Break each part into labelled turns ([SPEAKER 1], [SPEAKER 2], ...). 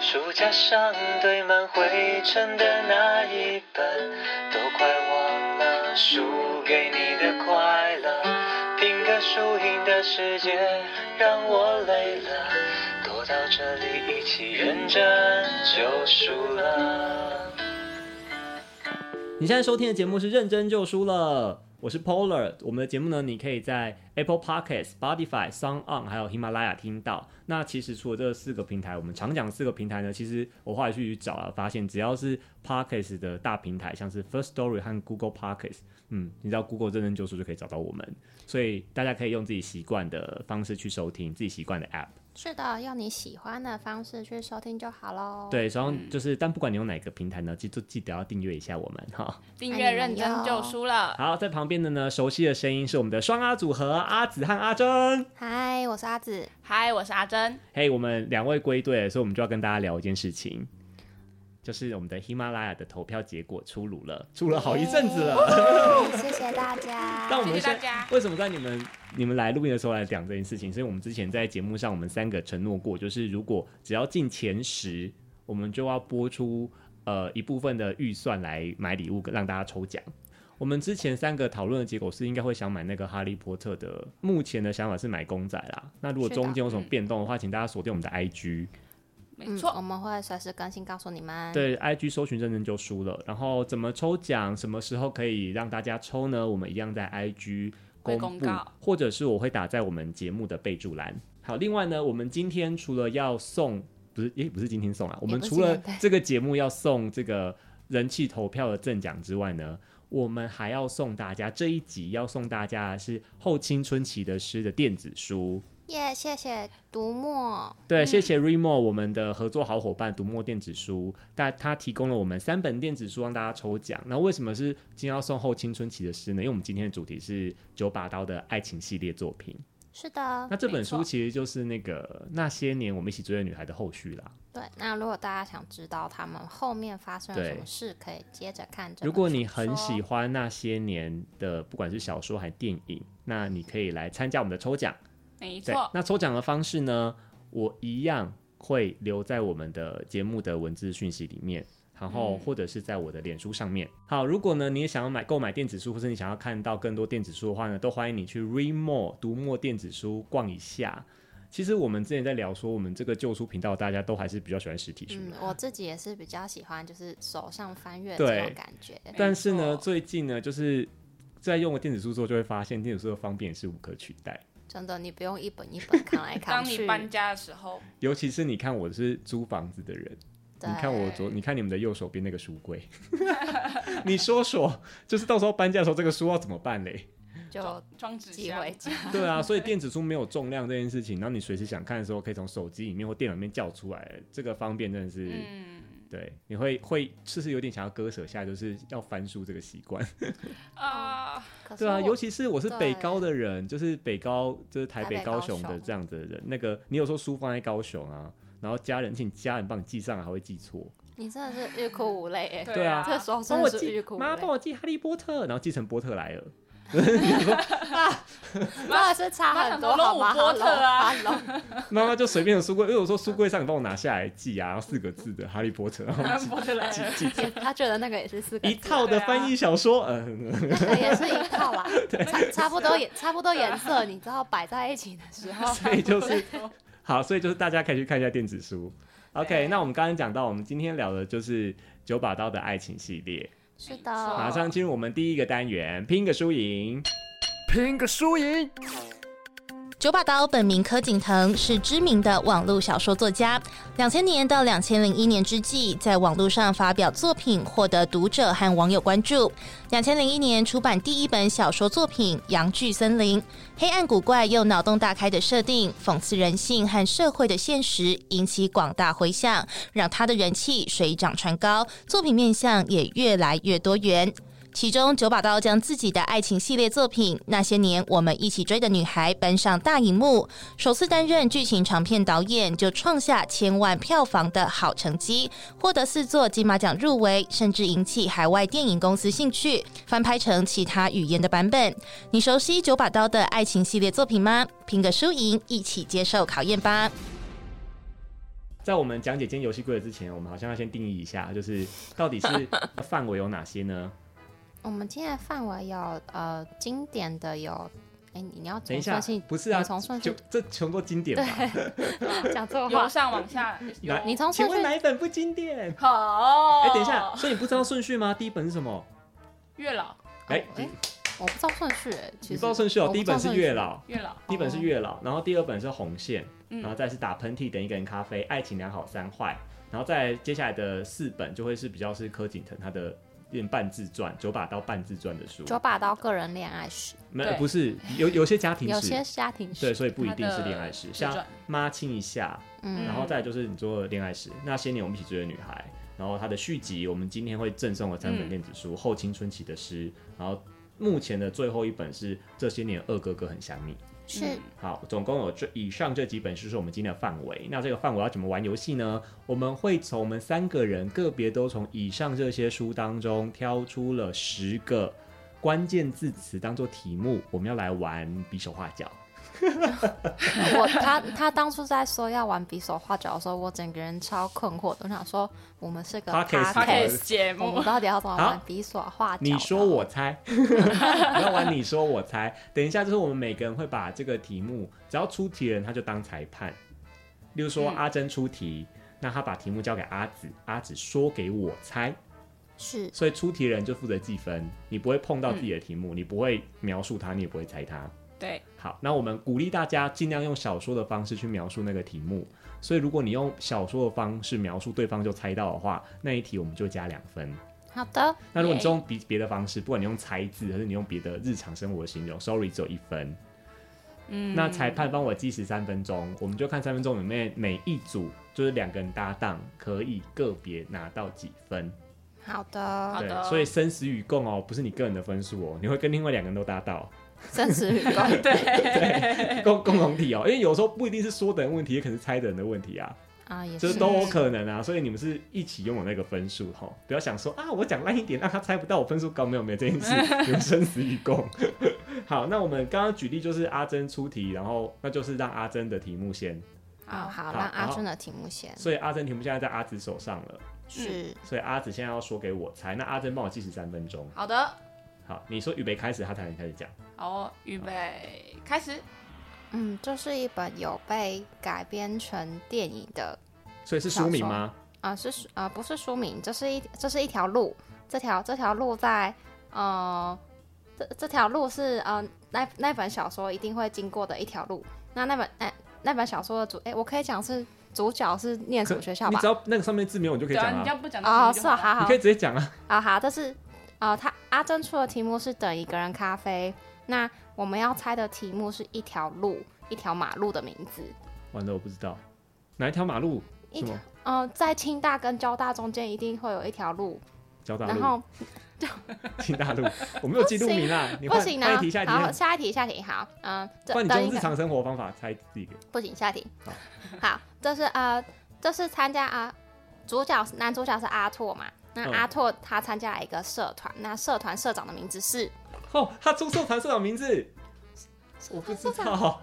[SPEAKER 1] 书架上堆满灰尘的那一本，都快忘了输给你的快乐。拼个输赢的世界让我累了，躲到这里一起认真就输了。
[SPEAKER 2] 你现在收听的节目是《认真就输了》，我是 Polar。我们的节目呢，你可以在 Apple Podcasts、Spotify、Sound On 还有喜马拉雅听到。那其实除了这四个平台，我们常讲四个平台呢，其实我后来去找啊，发现只要是 Podcasts 的大平台，像是 First Story 和 Google Podcasts，嗯，你知道 Google 认真就输就可以找到我们，所以大家可以用自己习惯的方式去收听自己习惯的 App。
[SPEAKER 3] 是的，用你喜欢的方式去收听就好喽。，
[SPEAKER 2] 对，然后就是，但不管你用哪个平台呢，记就记得要订阅一下我们哈。
[SPEAKER 4] 订阅认真就输了。
[SPEAKER 2] 好，在旁边的呢，熟悉的声音是我们的双阿组合阿紫和阿珍。
[SPEAKER 3] 嗨，我是 阿紫。
[SPEAKER 4] 嗨，我是阿珍。
[SPEAKER 2] 嘿、我们两位归队了，所以我们就要跟大家聊一件事情，就是我们的喜马拉雅的投票结果出炉了，出了好一阵子了。
[SPEAKER 3] 嗯谢谢大家。
[SPEAKER 2] 但我们
[SPEAKER 4] 啊谢谢大
[SPEAKER 2] 现
[SPEAKER 4] 家
[SPEAKER 2] 为什么在你们你们来录音的时候来讲这件事情？所以我们之前在节目上，我们三个承诺过，就是如果只要进前十，我们就要播出呃一部分的预算来买礼物，让大家抽奖。我们之前三个讨论的结果是，应该会想买那个哈利波特的。目前的想法是买公仔啦。那如果
[SPEAKER 3] 是的
[SPEAKER 2] 中间有什么变动的话，请大家锁定我们的 IG。
[SPEAKER 4] 没
[SPEAKER 3] 嗯，
[SPEAKER 4] 错，
[SPEAKER 3] 我们会随时更新告诉你们。，
[SPEAKER 2] 对，IG 搜寻认真就输了。然后怎么抽奖，什么时候可以让大家抽呢？我们一样在 IG
[SPEAKER 4] 会
[SPEAKER 2] 公
[SPEAKER 4] 公
[SPEAKER 2] 布
[SPEAKER 4] 告，
[SPEAKER 2] 或者是我会打在我们节目的备注栏。好，另外呢，我们今天除了要送，不是，诶，不是今天送啊，我们
[SPEAKER 3] 不是
[SPEAKER 2] 除了
[SPEAKER 3] 今天对
[SPEAKER 2] 这个节目要送这个人气投票的赠奖之外呢，我们还要送大家这一集要送大家的是《后青春期的诗》的电子书。
[SPEAKER 3] 耶、谢谢读墨。
[SPEAKER 2] 对，谢谢 Remo 我们的合作好伙伴读墨电子书，但他提供了我们三本电子书让大家抽奖。那为什么是今天要送后青春期的诗呢？因为我们今天的主题是九把刀的爱情系列作品。
[SPEAKER 3] 是的，
[SPEAKER 2] 那这本
[SPEAKER 4] 没
[SPEAKER 2] 书
[SPEAKER 4] 错
[SPEAKER 2] 其实就是那个那些年我们一起追的女孩的后续啦。
[SPEAKER 3] 对。那如果大家想知道他们后面发生了
[SPEAKER 2] 对
[SPEAKER 3] 什么事，可以接着看这本
[SPEAKER 2] 如果你很
[SPEAKER 3] 小说
[SPEAKER 2] 喜欢那些年的，不管是小说还是电影，那你可以来参加我们的抽奖。
[SPEAKER 4] 没
[SPEAKER 2] 嗯对
[SPEAKER 4] 错，，
[SPEAKER 2] 那抽奖的方式呢，我一样会留在我们的节目的文字讯息里面。然后
[SPEAKER 4] 嗯
[SPEAKER 2] 或者是在我的脸书上面。好，如果呢你也想要买购买电子书，或是你想要看到更多电子书的话呢，都欢迎你去 Readmo 读墨电子书逛一下。其实我们之前在聊说，我们这个旧书频道大家都还是比较喜欢实体书的
[SPEAKER 3] 嗯，我自己也是比较喜欢，就是手上翻阅
[SPEAKER 2] 对
[SPEAKER 3] 这种感觉。
[SPEAKER 2] 但是
[SPEAKER 4] 没
[SPEAKER 2] 呢，
[SPEAKER 4] 错
[SPEAKER 2] 最近呢，就是在用了电子书之后，就会发现电子书的方便也是无可取代。
[SPEAKER 3] 真的，你不用一本一本看来看
[SPEAKER 4] 当
[SPEAKER 3] 去。
[SPEAKER 4] 你搬家的时候，
[SPEAKER 2] 尤其是你看，我是租房子的人，你
[SPEAKER 3] 对
[SPEAKER 2] 看我左，你看你们的右手边那个书柜， 你说说，就是到时候搬家的时候，这个书要怎么办嘞？
[SPEAKER 3] 就
[SPEAKER 4] 装纸
[SPEAKER 3] 寄
[SPEAKER 4] 箱
[SPEAKER 3] 回家。
[SPEAKER 2] 对啊，所以电子书没有重量这件事情，然后你随时想看的时候，可以从手机里面或电脑里面叫出来，这个方便真的是、
[SPEAKER 4] 嗯
[SPEAKER 2] 对，你会会就是有点想要割舍下，就是要翻书这个习 惯。嗯
[SPEAKER 4] 啊，
[SPEAKER 3] 可是
[SPEAKER 2] 对啊，
[SPEAKER 3] 我
[SPEAKER 2] 尤其是我是北
[SPEAKER 3] 对
[SPEAKER 2] 高的人，就是北高就是台
[SPEAKER 3] 台
[SPEAKER 2] 北
[SPEAKER 3] 北
[SPEAKER 2] 高
[SPEAKER 3] 高
[SPEAKER 2] 雄的
[SPEAKER 3] 雄
[SPEAKER 2] 这样子的人，那个你有时候书放在高雄啊，然后家人请家人帮你寄上来，还会寄错。
[SPEAKER 3] 你真的是欲哭无泪耶。
[SPEAKER 2] 对啊
[SPEAKER 3] 这时候
[SPEAKER 2] 帮
[SPEAKER 3] 真
[SPEAKER 2] 我
[SPEAKER 3] 的是
[SPEAKER 2] 寄
[SPEAKER 3] 欲哭，无
[SPEAKER 2] 妈
[SPEAKER 3] 泪
[SPEAKER 2] 帮。我寄《哈利波特》，然后寄成波特莱尔。
[SPEAKER 3] 真的是差很多，好吗？
[SPEAKER 4] 马可波特啊
[SPEAKER 3] 哈喽 哈喽
[SPEAKER 2] 妈妈就随便的书柜，因哎为我说书柜上你帮我拿下来寄啊，然后四个字的《哈利波特》，然 啊后
[SPEAKER 4] 伯特莱尔
[SPEAKER 2] 寄寄寄
[SPEAKER 3] 他觉得那个也是四个
[SPEAKER 2] 一
[SPEAKER 3] 字，
[SPEAKER 2] 套的翻译小说，嗯、
[SPEAKER 3] 那个也是一 套啦，差差不多也差不多颜色，你知道摆在一起的时候，
[SPEAKER 2] 所以就是好，所以就是大家可以去看一下电子书。OK，
[SPEAKER 4] 对
[SPEAKER 2] 那我们刚刚讲到，我们今天聊的就是九把刀的爱情系列，
[SPEAKER 3] 是
[SPEAKER 4] 哦
[SPEAKER 2] 马
[SPEAKER 4] 没错
[SPEAKER 3] 的，
[SPEAKER 2] 上进入我们第一个单元，拼个输赢。
[SPEAKER 5] 拼个输赢。
[SPEAKER 6] 九把刀本名柯景腾，是知名的网络小说作家。两千年到两千零一年之际，在网络上发表作品，获得读者和网友关注。两千零一年出版第一本小说作品《阳具森林》，黑暗古怪又脑洞大开的设定，讽刺人性和社会的现实，引起广大回响，让他的人气水涨船高，作品面向也越来越多元。其中，九把刀将自己的爱情系列作品《那些年我们一起追的女孩》搬上大荧幕，首次担任剧情长片导演，就创下千万票房的好成绩，获得四座金马奖入围，甚至引起海外电影公司兴趣，翻拍成其他语言的版本。你熟悉九把刀的爱情系列作品吗？拼个输赢，一起接受考验吧！
[SPEAKER 2] 在我们讲解今天游戏规则之前，我们好像要先定义一下，就是到底是范围有哪些呢？
[SPEAKER 3] 我们今天的范围有呃经典的有，哎、你你要
[SPEAKER 2] 等一
[SPEAKER 3] 从
[SPEAKER 2] 下
[SPEAKER 3] 顺序，
[SPEAKER 2] 不是啊，
[SPEAKER 3] 你从顺
[SPEAKER 2] 就
[SPEAKER 3] 序
[SPEAKER 2] 这全部都经典吧？
[SPEAKER 3] 讲错
[SPEAKER 4] 由
[SPEAKER 3] 话，
[SPEAKER 4] 上往下，由
[SPEAKER 2] 来
[SPEAKER 3] 你从
[SPEAKER 2] 请
[SPEAKER 3] 顺
[SPEAKER 2] 问
[SPEAKER 3] 序
[SPEAKER 2] 哪一本不经
[SPEAKER 4] 哦
[SPEAKER 2] 典？
[SPEAKER 4] 好。
[SPEAKER 2] 哎、等一下，，所以你不知道顺序吗？第一本是什么？
[SPEAKER 4] 月老，
[SPEAKER 2] 哎、
[SPEAKER 3] 哎我不知道顺序、哎其实
[SPEAKER 2] 你不知道顺序哦
[SPEAKER 3] 我。不
[SPEAKER 2] 第一
[SPEAKER 3] 知道
[SPEAKER 2] 本是
[SPEAKER 3] 顺序
[SPEAKER 2] 月老，
[SPEAKER 4] 月老，
[SPEAKER 2] 第一本是
[SPEAKER 3] 哦
[SPEAKER 2] 月老，然后第二本是红线，
[SPEAKER 4] 嗯
[SPEAKER 2] 然后再是打喷嚏等一个人咖啡，爱情良好三坏，然后再接下来的四本就会是比较是柯景腾他的练半自传，九把刀半自传的书，
[SPEAKER 3] 九把刀个人恋爱史，
[SPEAKER 2] 没
[SPEAKER 4] 对
[SPEAKER 2] 不是有有些家庭
[SPEAKER 3] 有
[SPEAKER 2] 是，
[SPEAKER 3] 些家庭史
[SPEAKER 2] 对，，所以不一定是恋爱史，
[SPEAKER 4] 他的
[SPEAKER 2] 像
[SPEAKER 4] 自传
[SPEAKER 2] 妈亲一下，
[SPEAKER 3] 嗯
[SPEAKER 2] 然后再来就是你做的恋爱史，那些年我们一起追的女孩，然后它的续集我们今天会赠送了三本
[SPEAKER 4] 嗯
[SPEAKER 2] 电子书，后青春期的诗，然后目前的最后一本是这些年二哥哥很想你。
[SPEAKER 3] 是
[SPEAKER 2] 好，总共有这以上这几本书是我们今天的范围。那这个范围要怎么玩游戏呢？我们会从我们三个人个别都从以上这些书当中挑出了十个关键字词当做题目，我们要来玩比手画脚。
[SPEAKER 3] 我他他当初在说要玩比手画脚的时候，我整个人超困惑的，我想说我们是个
[SPEAKER 2] Podcast
[SPEAKER 4] podcast
[SPEAKER 3] podcast，
[SPEAKER 4] 节
[SPEAKER 3] 我
[SPEAKER 4] 目
[SPEAKER 2] 哦
[SPEAKER 3] 们，到底要怎么
[SPEAKER 2] 好
[SPEAKER 3] 玩比手画脚？啊
[SPEAKER 2] 你说我猜， 我要玩你说我猜。等一下，就是我们每个人会把这个题目，只要出题人他就当裁判。例如说
[SPEAKER 4] 嗯
[SPEAKER 2] 阿珍出题，那他把题目交给阿紫，阿紫说给我猜。
[SPEAKER 3] 是
[SPEAKER 2] 所以出题人就负责计分，你不会碰到自己的题目，你不会描述它，你也不会猜它。
[SPEAKER 4] 对，
[SPEAKER 2] 好，那我们鼓励大家尽量用小说的方式去描述那个题目。所以如果你用小说的方式描述对方就猜到的话，那一题我们就加两分。
[SPEAKER 3] 好的，
[SPEAKER 2] 那如果你是用别别的方式，不管你用猜字还是你用别的日常生活的形容，sorry 只有一分。
[SPEAKER 4] 嗯
[SPEAKER 2] 那裁判帮我计时三分钟，我们就看三分钟里面每一组就是两个人搭档可以个别拿到几分。
[SPEAKER 3] 好的，
[SPEAKER 4] 好
[SPEAKER 2] 对
[SPEAKER 4] 的，
[SPEAKER 2] 所以生死与共哦，不是你个人的分数哦，你会跟另外两个人都搭 到
[SPEAKER 3] 真实 与共
[SPEAKER 2] 共共同体哦，因为有时候不一定是说的人问题，也可能是猜的人的问题啊，
[SPEAKER 3] 啊，也
[SPEAKER 2] 就是是都有可能啊，所以你们是一起拥有那个分数哈、不要想说啊，我讲烂一点，让他猜不到我分数高，没有没有这件事， 你们生死与共。 好，那我们刚刚举例就是阿珍出题，然后那就是让阿珍的题目先，
[SPEAKER 3] 啊，好，
[SPEAKER 4] 好，
[SPEAKER 2] 好
[SPEAKER 3] 让阿
[SPEAKER 2] 好
[SPEAKER 3] 春的题目先
[SPEAKER 2] 所以阿珍题目现在在阿紫手上了，
[SPEAKER 3] 是
[SPEAKER 2] 所以阿紫现在要说给我猜，那阿珍帮我计时三分钟。
[SPEAKER 4] 好的，
[SPEAKER 2] 好，你说预备开始，他才能开始讲。
[SPEAKER 4] 好哦，预备开始，
[SPEAKER 3] 嗯，这是一本有被改编成电影的
[SPEAKER 2] 所以是书名吗？
[SPEAKER 3] 啊，是书啊，不是书名，这是一这是一条路，这条这条路在呃，这这条路是呃那那本小说一定会经过的一条路。那那本那那本小说的主，哎、我可以讲是主角是念什
[SPEAKER 2] 可
[SPEAKER 3] 么学校
[SPEAKER 2] 你
[SPEAKER 3] 吧
[SPEAKER 2] 只？要那个上面字没有，你就可以
[SPEAKER 4] 对
[SPEAKER 2] 讲
[SPEAKER 4] 啊，
[SPEAKER 2] 啊
[SPEAKER 4] 你。要不讲
[SPEAKER 3] 哦，
[SPEAKER 4] 到
[SPEAKER 3] 是哦，
[SPEAKER 4] 哈，
[SPEAKER 3] 好
[SPEAKER 2] 你
[SPEAKER 3] 好
[SPEAKER 2] 可以直接讲啊。
[SPEAKER 3] 啊好，这是呃，他阿珍出的题目是等一个人咖啡，那我们要猜的题目是一条路，一条马路的名字。
[SPEAKER 2] 完了，我不知道哪一条马路，
[SPEAKER 3] 一
[SPEAKER 2] 什么
[SPEAKER 3] 呃，在清大跟交大中间一定会有一条路，
[SPEAKER 2] 交大
[SPEAKER 3] 然
[SPEAKER 2] 路、
[SPEAKER 3] 后
[SPEAKER 2] 新大路， 我没有记录名啦。你
[SPEAKER 3] 不
[SPEAKER 2] 换
[SPEAKER 3] 行
[SPEAKER 2] 换一
[SPEAKER 3] 啊
[SPEAKER 2] 题，下一
[SPEAKER 3] 好，
[SPEAKER 2] 题，
[SPEAKER 3] 下一题，下一题，好，嗯，这
[SPEAKER 2] 换你就
[SPEAKER 3] 等一
[SPEAKER 2] 用日
[SPEAKER 3] 个，
[SPEAKER 2] 常生活方法猜自己的。
[SPEAKER 3] 不行，下一题，好，这是呃，这是参加啊、主角男主角是阿拓嘛，那
[SPEAKER 2] 嗯
[SPEAKER 3] 阿拓他参加了一个社团，那社团社长的名字是，
[SPEAKER 2] 哦，他出社团社长名字，我不知道。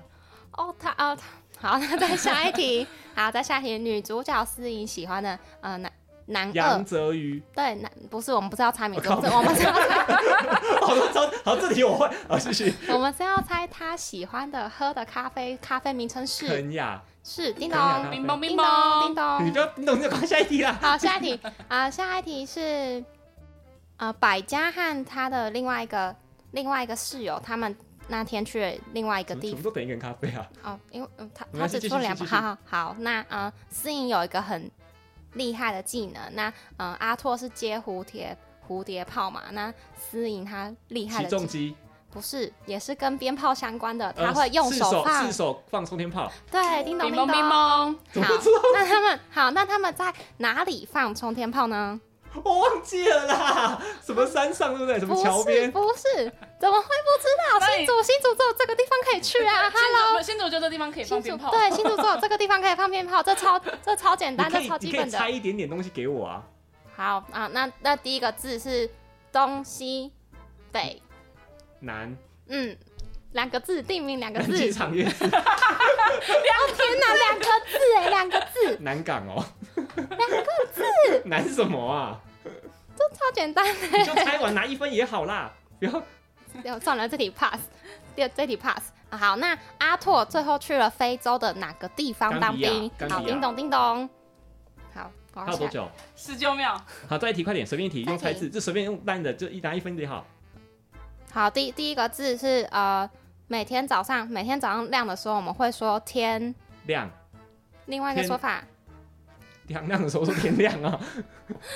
[SPEAKER 3] 哦，他哦，他好，那再下 一题，好，再下一题，女主角思颖喜欢的呃男男
[SPEAKER 2] 杨
[SPEAKER 3] 二，
[SPEAKER 2] 泽宇，
[SPEAKER 3] 对，男不是我们不是要猜名字，
[SPEAKER 2] 我靠
[SPEAKER 3] 我们是我们是要猜
[SPEAKER 2] 好，好，哦好，这题我会。哦好，谢谢。
[SPEAKER 3] 我们是要猜他喜欢的喝的咖啡，咖啡名称是哦
[SPEAKER 2] 肯雅，
[SPEAKER 3] 是叮
[SPEAKER 2] 肯雅咖
[SPEAKER 3] 咚
[SPEAKER 2] 啡
[SPEAKER 4] 叮咚
[SPEAKER 3] 叮
[SPEAKER 4] 叮
[SPEAKER 3] 咚叮
[SPEAKER 4] 咚，
[SPEAKER 3] 咚
[SPEAKER 2] 你，不要，你懂就快下一题啦。
[SPEAKER 3] 好，下一题 啊、下一题是啊、呃百佳和他的另外一个另外一个室友，他们那天去了另外一个
[SPEAKER 2] 什么
[SPEAKER 3] 地
[SPEAKER 2] 什么
[SPEAKER 3] 方
[SPEAKER 2] 都等一个人咖啡啊？
[SPEAKER 3] 哦，因为、嗯他
[SPEAKER 2] 没
[SPEAKER 3] 他
[SPEAKER 2] 关系
[SPEAKER 3] 只
[SPEAKER 2] 继
[SPEAKER 3] 出
[SPEAKER 2] 续
[SPEAKER 3] 了两把，
[SPEAKER 2] 继续
[SPEAKER 3] 好好好，那呃，思颖有一个很厉害的技能，那呃，阿拓是接蝴蝶蝴蝶炮嘛，那思颖他厉害
[SPEAKER 2] 起
[SPEAKER 3] 的
[SPEAKER 2] 重
[SPEAKER 3] 技
[SPEAKER 2] 机，
[SPEAKER 3] 不是也是跟鞭炮相关的，他
[SPEAKER 2] 呃
[SPEAKER 3] 会用
[SPEAKER 2] 四
[SPEAKER 3] 手
[SPEAKER 2] 手
[SPEAKER 3] 放，
[SPEAKER 2] 四手放冲天炮，
[SPEAKER 3] 对，叮咚
[SPEAKER 4] 叮咚
[SPEAKER 3] 咚。
[SPEAKER 4] 叮
[SPEAKER 3] 好，
[SPEAKER 4] 咚，
[SPEAKER 2] 怎么会知道？
[SPEAKER 3] 那他们好，那他们在哪里放冲天炮呢？
[SPEAKER 2] 我忘记了啦。 什么山上对不对？什
[SPEAKER 3] 不
[SPEAKER 2] 么
[SPEAKER 3] 是
[SPEAKER 2] 桥边？
[SPEAKER 3] 不是，怎么会不知道？
[SPEAKER 4] 那
[SPEAKER 3] 新
[SPEAKER 4] 你
[SPEAKER 3] 竹新竹只有这个地方可以去啊！Hello，
[SPEAKER 4] 新竹就这地方可以放
[SPEAKER 3] 新竹
[SPEAKER 4] 鞭炮，
[SPEAKER 3] 对新竹只有这个地方可以放鞭炮，这 超这超简
[SPEAKER 2] 你
[SPEAKER 3] 单，
[SPEAKER 2] 可
[SPEAKER 3] 这
[SPEAKER 2] 以
[SPEAKER 3] 超
[SPEAKER 2] 你
[SPEAKER 3] 基
[SPEAKER 2] 可以
[SPEAKER 3] 本
[SPEAKER 2] 猜
[SPEAKER 3] 的。
[SPEAKER 2] 一点点东西给我啊。
[SPEAKER 3] 好啊，那那第一个字是东西北，
[SPEAKER 2] 南
[SPEAKER 3] 嗯，两个字，地名两个
[SPEAKER 2] 南
[SPEAKER 3] 字。哦
[SPEAKER 2] 机场夜市，
[SPEAKER 3] 天哪，两个字哎，两个字，
[SPEAKER 2] 南港哦，两个字，南什么啊？
[SPEAKER 3] 超简单。
[SPEAKER 2] 你就猜完拿一分也好啦，不要
[SPEAKER 3] 对哦算了，这题 pass，第这题 pass。啊好，那阿拓最后去了非洲的哪个地方当兵
[SPEAKER 2] 冈比亚？冈
[SPEAKER 3] 好，
[SPEAKER 2] 比亚
[SPEAKER 3] 叮咚叮咚。好，我
[SPEAKER 2] 还
[SPEAKER 3] 要
[SPEAKER 2] 有
[SPEAKER 3] 起
[SPEAKER 2] 多
[SPEAKER 3] 来。
[SPEAKER 2] 久？
[SPEAKER 4] 十九 秒，
[SPEAKER 2] 好，再一题，快点，随便一题，
[SPEAKER 3] 再一
[SPEAKER 2] 用
[SPEAKER 3] 题
[SPEAKER 2] 猜字，就随便用烂的，就一拿一分也好。
[SPEAKER 3] 好，第第一个字是呃，每天早上每天早上亮的时候，我们会说天。
[SPEAKER 2] 亮，
[SPEAKER 3] 另外一个
[SPEAKER 2] 天
[SPEAKER 3] 说法
[SPEAKER 2] 亮亮的时候说天亮 啊，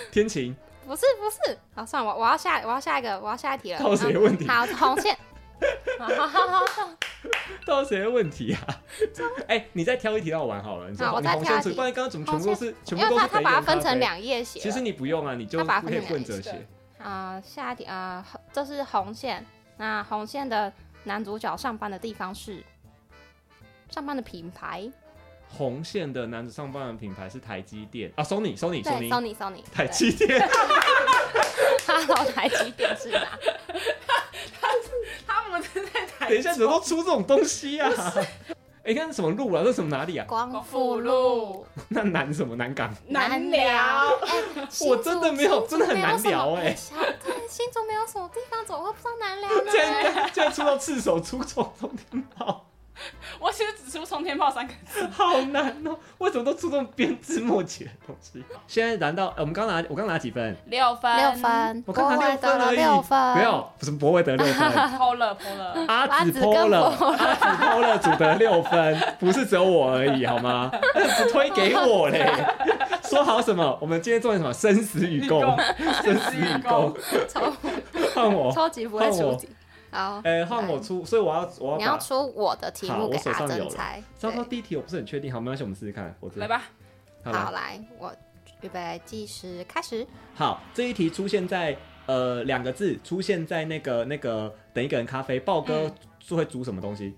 [SPEAKER 2] 天晴，
[SPEAKER 3] 不是不是。好，算了，我我要下我要下一个我要下一题了。
[SPEAKER 2] 到谁的问题？
[SPEAKER 3] 啊好，红线。好好好好好，
[SPEAKER 2] 到谁的问题啊？哎、你再挑一题让我玩好了。你说
[SPEAKER 3] 好我
[SPEAKER 2] 你
[SPEAKER 3] 再
[SPEAKER 2] 红
[SPEAKER 3] 挑
[SPEAKER 2] 线
[SPEAKER 3] 一
[SPEAKER 2] 处理
[SPEAKER 3] 题
[SPEAKER 2] 不然刚刚怎么全部都是 全
[SPEAKER 3] 因
[SPEAKER 2] 部都
[SPEAKER 3] 为他
[SPEAKER 2] 是
[SPEAKER 3] 他
[SPEAKER 2] 北
[SPEAKER 3] 把它
[SPEAKER 2] 原
[SPEAKER 3] 分
[SPEAKER 2] 咖
[SPEAKER 3] 成
[SPEAKER 2] 啡
[SPEAKER 3] 两页写了。
[SPEAKER 2] 其实你不用啊，你就
[SPEAKER 3] 他把它
[SPEAKER 2] 可
[SPEAKER 3] 分
[SPEAKER 2] 以
[SPEAKER 3] 成
[SPEAKER 2] 混
[SPEAKER 3] 两
[SPEAKER 2] 着
[SPEAKER 4] 页是的
[SPEAKER 2] 写。
[SPEAKER 3] 啊、下一题啊、呃这是红线。那红线的男主角上班的地方是上班的品牌，
[SPEAKER 2] 红线的男子上班的品牌是台积电啊，Sony Sony
[SPEAKER 3] 对
[SPEAKER 2] Sony，
[SPEAKER 3] ，Sony Sony，
[SPEAKER 2] 台积电。
[SPEAKER 3] 哈 喽，台积电是哪？
[SPEAKER 4] 他们正在台
[SPEAKER 2] 等一下，怎么都出这种东西啊？ 哎，看什么路啊？这什么哪里啊？
[SPEAKER 3] 光
[SPEAKER 4] 光
[SPEAKER 3] 复
[SPEAKER 4] 复
[SPEAKER 3] 路
[SPEAKER 4] 路
[SPEAKER 2] 那南什么南港？
[SPEAKER 4] 难聊。。
[SPEAKER 3] 哎
[SPEAKER 2] 我真的没有真的很难聊哎
[SPEAKER 3] 新竹没有什么对，新竹没有什么地方，怎么会不知道难聊呢
[SPEAKER 2] 竟？然竟然出到赤手出错冲天炮，
[SPEAKER 4] 我其实只出冲天炮三个字，
[SPEAKER 2] 好难哦！为什么都出这种编织末节的东西？现在难道呃我们刚拿我刚拿几分？
[SPEAKER 4] 六 分，。
[SPEAKER 3] 六，分，
[SPEAKER 2] 我刚
[SPEAKER 3] 国
[SPEAKER 2] 拿
[SPEAKER 3] 外
[SPEAKER 2] 六
[SPEAKER 3] 得
[SPEAKER 2] 分
[SPEAKER 3] 了
[SPEAKER 2] 而已，
[SPEAKER 3] 六分，
[SPEAKER 2] 没有，不是不会得六分
[SPEAKER 4] 偷了偷了，
[SPEAKER 2] 阿紫
[SPEAKER 3] 阿紫
[SPEAKER 2] 抛了，
[SPEAKER 3] 跟
[SPEAKER 2] 阿紫抛了，主得六分， 不是只有我而已，好吗？只推给我 嘞。说好什么？我们今天做什么？生死与共，生死与共，
[SPEAKER 3] 超
[SPEAKER 2] 换我，
[SPEAKER 3] 超级不会
[SPEAKER 2] 换
[SPEAKER 3] 出
[SPEAKER 2] 我
[SPEAKER 3] 题。好，
[SPEAKER 2] 哎，换我出，所以我要我要
[SPEAKER 3] 你
[SPEAKER 2] 把
[SPEAKER 3] 要出我的题
[SPEAKER 2] 好
[SPEAKER 3] 目
[SPEAKER 2] 我
[SPEAKER 3] 给
[SPEAKER 2] 手
[SPEAKER 3] 阿
[SPEAKER 2] 上有
[SPEAKER 3] 珍
[SPEAKER 2] 了
[SPEAKER 3] 猜。
[SPEAKER 2] 糟糕，
[SPEAKER 3] 对
[SPEAKER 2] 第一题我不是很确定，好，没关系，我们试试看。我知道
[SPEAKER 4] 来，吧，
[SPEAKER 2] 好
[SPEAKER 3] 好，
[SPEAKER 2] 来，
[SPEAKER 3] 来，我预备计时开始。
[SPEAKER 2] 好，这一题出现在呃两个字，出现在那个那个等一个人咖啡，豹哥
[SPEAKER 3] 嗯
[SPEAKER 2] 是会煮什么东西？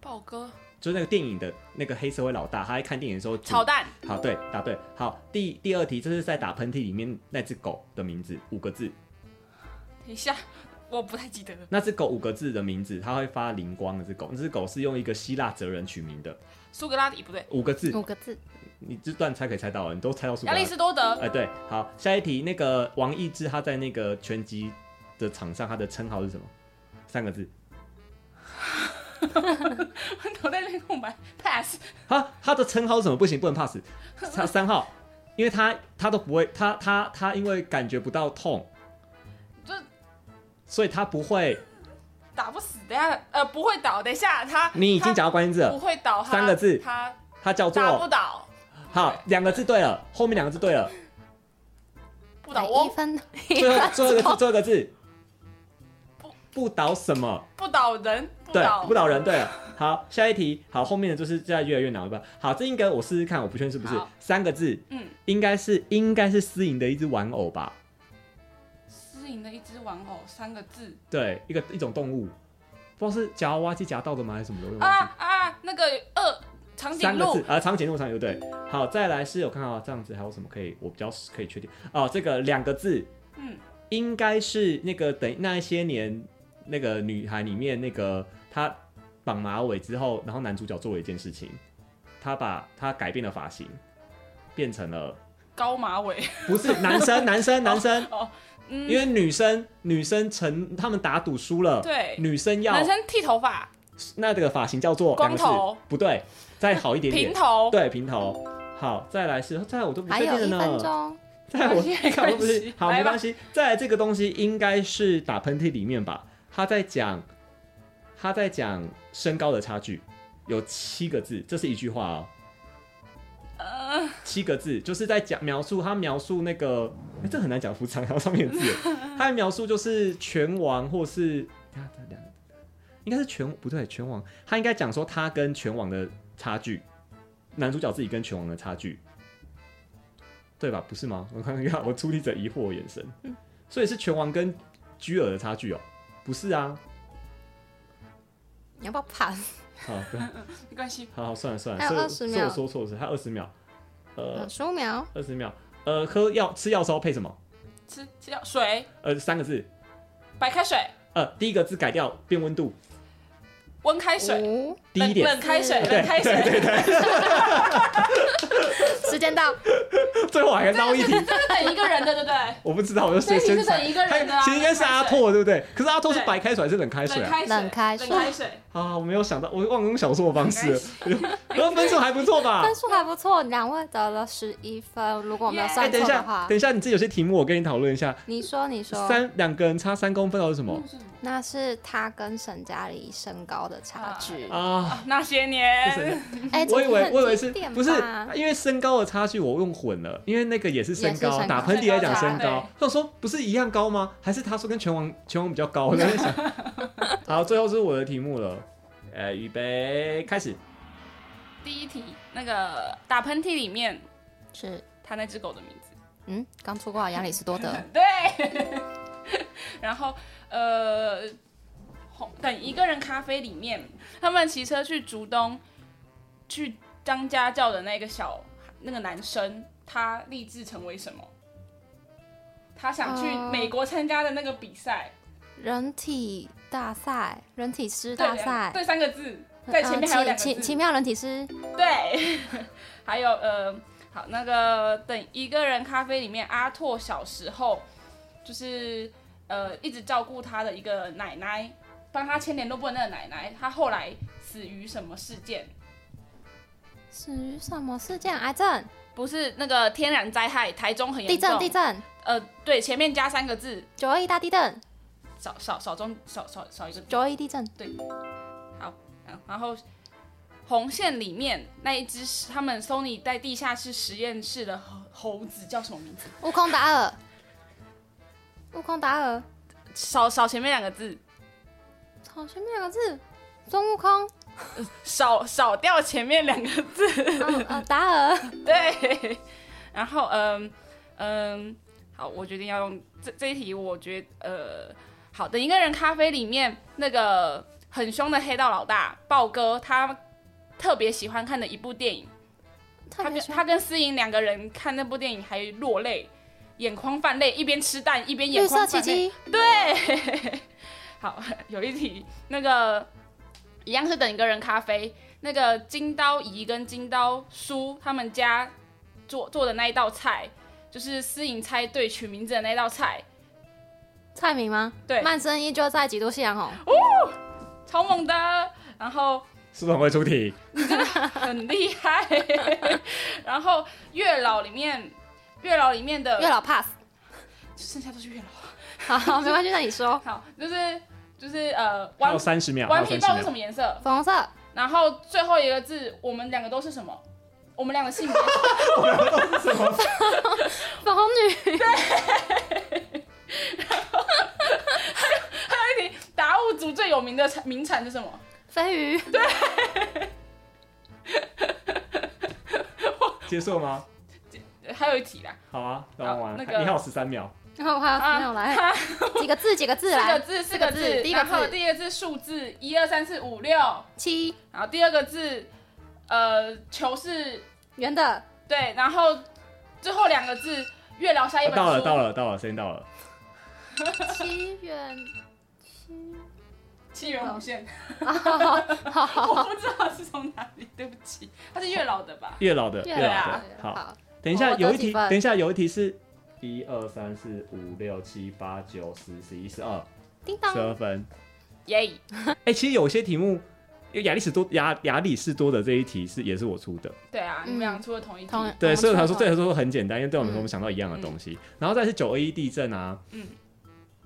[SPEAKER 4] 豹哥，
[SPEAKER 2] 就是那个电影的那个黑社会老大，他在看电影的时候煮
[SPEAKER 4] 炒蛋，
[SPEAKER 2] 好，对，答对。好，第第二题，这是在打喷嚏里面那只狗的名字，五个字。
[SPEAKER 4] 等一下，我不太记得了，
[SPEAKER 2] 那只狗五个字的名字，它会发灵光。那只狗，那只狗是用一个希腊哲人取名的，
[SPEAKER 4] 苏格拉底不对，
[SPEAKER 2] 五个字。
[SPEAKER 3] 五个字，
[SPEAKER 2] 你这段猜可以猜到了，你都猜到苏格
[SPEAKER 4] 亚
[SPEAKER 2] 拉
[SPEAKER 4] 里
[SPEAKER 2] 底。
[SPEAKER 4] 士多德，
[SPEAKER 2] 哎，对，好，下一题，那个王易之他在那个拳击的场上，他的称号是什么？三个字。
[SPEAKER 4] 脑袋里空白，pass，
[SPEAKER 2] 他他的称号是什么？不行，不能 pass。他三号，因为他他都不会，他他他因为感觉不到痛，
[SPEAKER 4] 就
[SPEAKER 2] 所以他不会。
[SPEAKER 4] 打不死，等一下，呃，不会倒，等一下，他
[SPEAKER 2] 你已经讲到关键字
[SPEAKER 4] 他不
[SPEAKER 2] 了，
[SPEAKER 4] 会倒，他
[SPEAKER 2] 三个字
[SPEAKER 4] 他
[SPEAKER 2] 他叫做
[SPEAKER 4] 打不倒，
[SPEAKER 2] 好，两个字对了，后面两个字对 了，
[SPEAKER 4] 不倒
[SPEAKER 3] 一
[SPEAKER 4] 翁，
[SPEAKER 3] 分，
[SPEAKER 2] 最后最后一个字，
[SPEAKER 4] 哦
[SPEAKER 2] 最后一个字，不不倒什么？
[SPEAKER 4] 不倒人，不
[SPEAKER 2] 对
[SPEAKER 4] 倒，，
[SPEAKER 2] 不倒人对了。好，下一题，好，后面的就是现在越来越难了吧？好，这应该我试试看，我不确定是不是
[SPEAKER 4] 好
[SPEAKER 2] 三个字，
[SPEAKER 4] 嗯，
[SPEAKER 2] 应该是应该是思颖的一只玩偶吧？
[SPEAKER 4] 私营的一只玩偶，三个字，
[SPEAKER 2] 对，一个一种动物，不知道是夹娃娃机夹到的吗？还是什么的？我有点
[SPEAKER 4] 啊
[SPEAKER 2] 忘记。
[SPEAKER 4] 啊，那个二长
[SPEAKER 2] 三
[SPEAKER 4] 颈
[SPEAKER 2] 个字
[SPEAKER 4] 鹿，
[SPEAKER 2] 啊、呃长颈鹿长颈鹿对。好，再来是有看到这样子，还有什么可以我比较可以确定哦？这个两个字，
[SPEAKER 4] 嗯，
[SPEAKER 2] 应该是那个等那一些年那个女孩里面那个她绑马尾之后，然后男主角做了一件事情，他把他改变了发型，变成了
[SPEAKER 4] 高马尾，
[SPEAKER 2] 不 是男生男生男生，
[SPEAKER 4] 嗯，
[SPEAKER 2] 因为女生女生成他们打赌输了，
[SPEAKER 4] 对
[SPEAKER 2] 女生呃要
[SPEAKER 4] 男生剃头发，
[SPEAKER 2] 那这个发型叫做
[SPEAKER 4] 光
[SPEAKER 2] 两个字
[SPEAKER 4] 头
[SPEAKER 2] 不对，再好一点点
[SPEAKER 4] 平头，
[SPEAKER 2] 对，平头。好，再来是，再来我都不
[SPEAKER 3] 还
[SPEAKER 2] 确
[SPEAKER 3] 有
[SPEAKER 2] 定
[SPEAKER 3] 一
[SPEAKER 2] 了
[SPEAKER 3] 分
[SPEAKER 2] 呢。
[SPEAKER 3] 钟。
[SPEAKER 2] 再来 我
[SPEAKER 4] 没关系
[SPEAKER 2] 看我都不是
[SPEAKER 4] 没关系
[SPEAKER 2] 好，
[SPEAKER 4] 来
[SPEAKER 2] 没
[SPEAKER 4] 吧
[SPEAKER 2] 关系。再来这个东西应该是打喷嚏里面吧？他在讲，他在讲身高的差距，有七个字，这是一句话哦。
[SPEAKER 4] 呃，
[SPEAKER 2] 七个字，就是在讲描述他描述那个，诶这很难讲服长，然后上面的字， 他的描述就是拳王或是啊这两个，应该是拳不对，拳王，他应该讲说他跟拳王的差距，男主角自己跟拳王的差距，对吧？不是吗？ 我看看，我出力者疑惑的眼神，所以是拳王跟居尔的差距哦，不是啊，
[SPEAKER 3] 你要不要 pass？
[SPEAKER 2] 好， 对，
[SPEAKER 4] 没关系，
[SPEAKER 2] 好好算了算了，
[SPEAKER 3] 还有
[SPEAKER 2] 是我
[SPEAKER 3] 20
[SPEAKER 2] 是
[SPEAKER 3] 秒嗯
[SPEAKER 2] 我说错了，是还有二十秒，呃，
[SPEAKER 3] 十五秒，
[SPEAKER 2] 二十秒，呃，喝药吃药的时候配什么？
[SPEAKER 4] 吃吃药水，
[SPEAKER 2] 呃，三个字，
[SPEAKER 4] 白开水，
[SPEAKER 2] 呃，第一个字改掉变温度，
[SPEAKER 4] 温开水，
[SPEAKER 3] 五，
[SPEAKER 2] 第一
[SPEAKER 4] 冷
[SPEAKER 2] 点
[SPEAKER 4] 冷，开水，
[SPEAKER 3] 对
[SPEAKER 4] 冷开水，
[SPEAKER 3] 时间到，
[SPEAKER 2] 最后还捞一题，
[SPEAKER 4] 这是等一个人的，对不对？
[SPEAKER 2] 我不知道，我就
[SPEAKER 4] 所以
[SPEAKER 2] 先
[SPEAKER 4] 你是
[SPEAKER 2] 先猜
[SPEAKER 4] 等一个人的啊
[SPEAKER 2] 其实应该是阿拓，对不对？可是阿拓是
[SPEAKER 4] 对
[SPEAKER 2] 白开水还是冷开水
[SPEAKER 4] 冷
[SPEAKER 2] 啊？
[SPEAKER 4] 开水，
[SPEAKER 3] 冷开水
[SPEAKER 4] 冷 开水，
[SPEAKER 2] 啊，我没有想到，我忘了用小说的方式了。 然后分数还不错吧
[SPEAKER 3] 分？数还不错，两位得了十一分，如果我没有
[SPEAKER 4] Yeah
[SPEAKER 2] 哎，
[SPEAKER 3] 算
[SPEAKER 2] 等一
[SPEAKER 3] 错的
[SPEAKER 2] 下，
[SPEAKER 3] 话
[SPEAKER 2] 等，一下，你自己有些题目我跟你讨论一下。
[SPEAKER 3] 你说你说，
[SPEAKER 2] 三两个人差三公分到底是什么
[SPEAKER 4] 是吗
[SPEAKER 3] 那是他跟沈佳宜身高的差距，
[SPEAKER 2] 啊？
[SPEAKER 4] 那些
[SPEAKER 2] 是谁
[SPEAKER 4] 年，
[SPEAKER 3] 哎，
[SPEAKER 2] 我以为我以为
[SPEAKER 3] 这
[SPEAKER 2] 是
[SPEAKER 3] 个很经典吧
[SPEAKER 2] 不是因为身高的差距我用混了，因为那个也是身
[SPEAKER 3] 也是身
[SPEAKER 2] 高，
[SPEAKER 3] 高
[SPEAKER 2] 打喷嚏来讲身
[SPEAKER 4] 身高
[SPEAKER 2] 高
[SPEAKER 4] 差，
[SPEAKER 2] 我想说不是一样高吗？还是他说跟拳王拳王比较高？我在想， 好，最后是我的题目了，呃，预备开始，
[SPEAKER 4] 第一题那个打喷嚏里面，
[SPEAKER 3] 是
[SPEAKER 4] 它那只狗的名字，
[SPEAKER 3] 嗯，刚出过的亚里士多德，
[SPEAKER 4] 对。然后呃，红等一个人咖啡里面，他们骑车去竹东，去张家教的那个小那个男生，他立志成为什么？他想去
[SPEAKER 3] 哦
[SPEAKER 4] 美国参加的那个比赛，
[SPEAKER 3] 人体大赛，人体师
[SPEAKER 4] 对
[SPEAKER 3] 大赛，
[SPEAKER 4] 对三个字，在前面还有
[SPEAKER 3] 呃
[SPEAKER 4] 两个
[SPEAKER 3] 奇奇
[SPEAKER 4] 字
[SPEAKER 3] 奇，妙人体师，
[SPEAKER 4] 对， 还有呃，好，那个等一个人咖啡里面，阿拓小时候就是呃一直照顾他的一个奶奶，帮他牵连都不能的奶奶，他后来死于什么事件？
[SPEAKER 3] 死于什么事件？癌症、
[SPEAKER 4] 不是那个天然灾害，台中很严
[SPEAKER 3] 地
[SPEAKER 4] 重。
[SPEAKER 3] 震、地震、
[SPEAKER 4] 呃，对，前面加三个字，
[SPEAKER 3] 九二一大地震、
[SPEAKER 4] 少少少中少少少一个字。
[SPEAKER 3] 九二一地震，
[SPEAKER 4] 嗯然后红线里面那一只是他们 Sony 在地下室实验室的猴猴子叫什么名字？
[SPEAKER 3] 悟空达尔，悟空达尔，
[SPEAKER 4] 少少前面两个字，
[SPEAKER 3] 好，前面两个字，孙悟 空，哦
[SPEAKER 4] 少少掉前面两个字，
[SPEAKER 3] 嗯呃，达尔，
[SPEAKER 4] 对。然后嗯嗯，好，我决定要用这这一题，我觉得呃，好的一个人咖啡里面那个很凶的黑道老大豹哥，他特别喜欢看的一部电影，
[SPEAKER 3] 特
[SPEAKER 4] 他
[SPEAKER 3] 别
[SPEAKER 4] 跟
[SPEAKER 3] 喜
[SPEAKER 4] 他
[SPEAKER 3] 欢
[SPEAKER 4] 跟思颖两个人看那部电影还落泪，眼眶泛泪，一边吃蛋一边眼
[SPEAKER 3] 绿色
[SPEAKER 4] 眶
[SPEAKER 3] 奇
[SPEAKER 4] 泛泪。
[SPEAKER 3] 迹，
[SPEAKER 4] 对，好，有一题，那个一样是等一个人咖啡，那个金刀姨跟金刀叔他们家做做的那一道菜，就是私营猜对取名字的那一道菜，
[SPEAKER 3] 蔡明吗？
[SPEAKER 4] 对
[SPEAKER 3] 曼森依旧在，几度夕啊阳红，
[SPEAKER 4] 超猛的，然后
[SPEAKER 2] 是不是很会出题？
[SPEAKER 4] 很厉害，然后月老里面。月老里面的
[SPEAKER 3] 月老 pass，
[SPEAKER 4] 剩下都是月老。
[SPEAKER 3] 好，没关系，那你说，
[SPEAKER 4] 好，就是就是呃，
[SPEAKER 2] 还
[SPEAKER 4] 顽
[SPEAKER 2] 有三十秒，还
[SPEAKER 4] 顽
[SPEAKER 2] 有
[SPEAKER 4] 皮
[SPEAKER 2] 三
[SPEAKER 4] 豹
[SPEAKER 2] 十
[SPEAKER 4] 是什
[SPEAKER 2] 秒。
[SPEAKER 4] 么颜色？
[SPEAKER 3] 粉红色，
[SPEAKER 4] 然后最后一个字，我们两个都是什么？我们两个性别是
[SPEAKER 3] 粉红女，
[SPEAKER 4] 达悟族最有名的产名产是什么？
[SPEAKER 3] 飞鱼，
[SPEAKER 2] 接受吗？
[SPEAKER 4] 呃还有一题啦，
[SPEAKER 2] 好啊，那我们玩
[SPEAKER 4] 好那个
[SPEAKER 2] 你还有十三秒。啊
[SPEAKER 3] 然后我还有哦没有 来
[SPEAKER 4] 啊
[SPEAKER 3] 几个字？几个字
[SPEAKER 4] 四个
[SPEAKER 3] 来？
[SPEAKER 4] 字，
[SPEAKER 3] 四
[SPEAKER 4] 四
[SPEAKER 3] 个
[SPEAKER 4] 个
[SPEAKER 3] 字
[SPEAKER 4] 字，
[SPEAKER 3] 第一个字
[SPEAKER 4] 然后第一个字数字一二三四五六，
[SPEAKER 3] 七
[SPEAKER 4] 然后第二个字，呃，球是，
[SPEAKER 3] 圆的，
[SPEAKER 4] 对，然后最后两个字，月老下一本书
[SPEAKER 2] 啊到了，到，了，到了，时间到了。
[SPEAKER 3] 七元七，
[SPEAKER 4] 七元无限，
[SPEAKER 3] 好好
[SPEAKER 4] 我不知道是从哪里，对不起，它是月老的 吧？
[SPEAKER 2] 月老的，
[SPEAKER 3] 月
[SPEAKER 2] 月
[SPEAKER 3] 老
[SPEAKER 2] 老
[SPEAKER 4] 啊
[SPEAKER 2] 的，好。
[SPEAKER 3] 好，
[SPEAKER 2] 等一下，
[SPEAKER 3] 哦我得
[SPEAKER 2] 有一
[SPEAKER 3] 几
[SPEAKER 2] 题，
[SPEAKER 3] 分
[SPEAKER 2] 等一下有一题是一二三四五六七八九十十一十二
[SPEAKER 3] 叮
[SPEAKER 2] 十
[SPEAKER 3] 当，
[SPEAKER 2] 二分。
[SPEAKER 4] 耶、
[SPEAKER 2] 哎、其实有些题目，因为亚里士多亚亚里士多的这一题是也是我出的，
[SPEAKER 4] 对啊，你们俩出了同一题，
[SPEAKER 3] 嗯同
[SPEAKER 2] 对，所以我才
[SPEAKER 3] 才
[SPEAKER 2] 说对我来说很简单，因为对我们
[SPEAKER 3] 哦嗯
[SPEAKER 2] 说我们想到一样的东西。然后再是九二一地震啊，
[SPEAKER 4] 嗯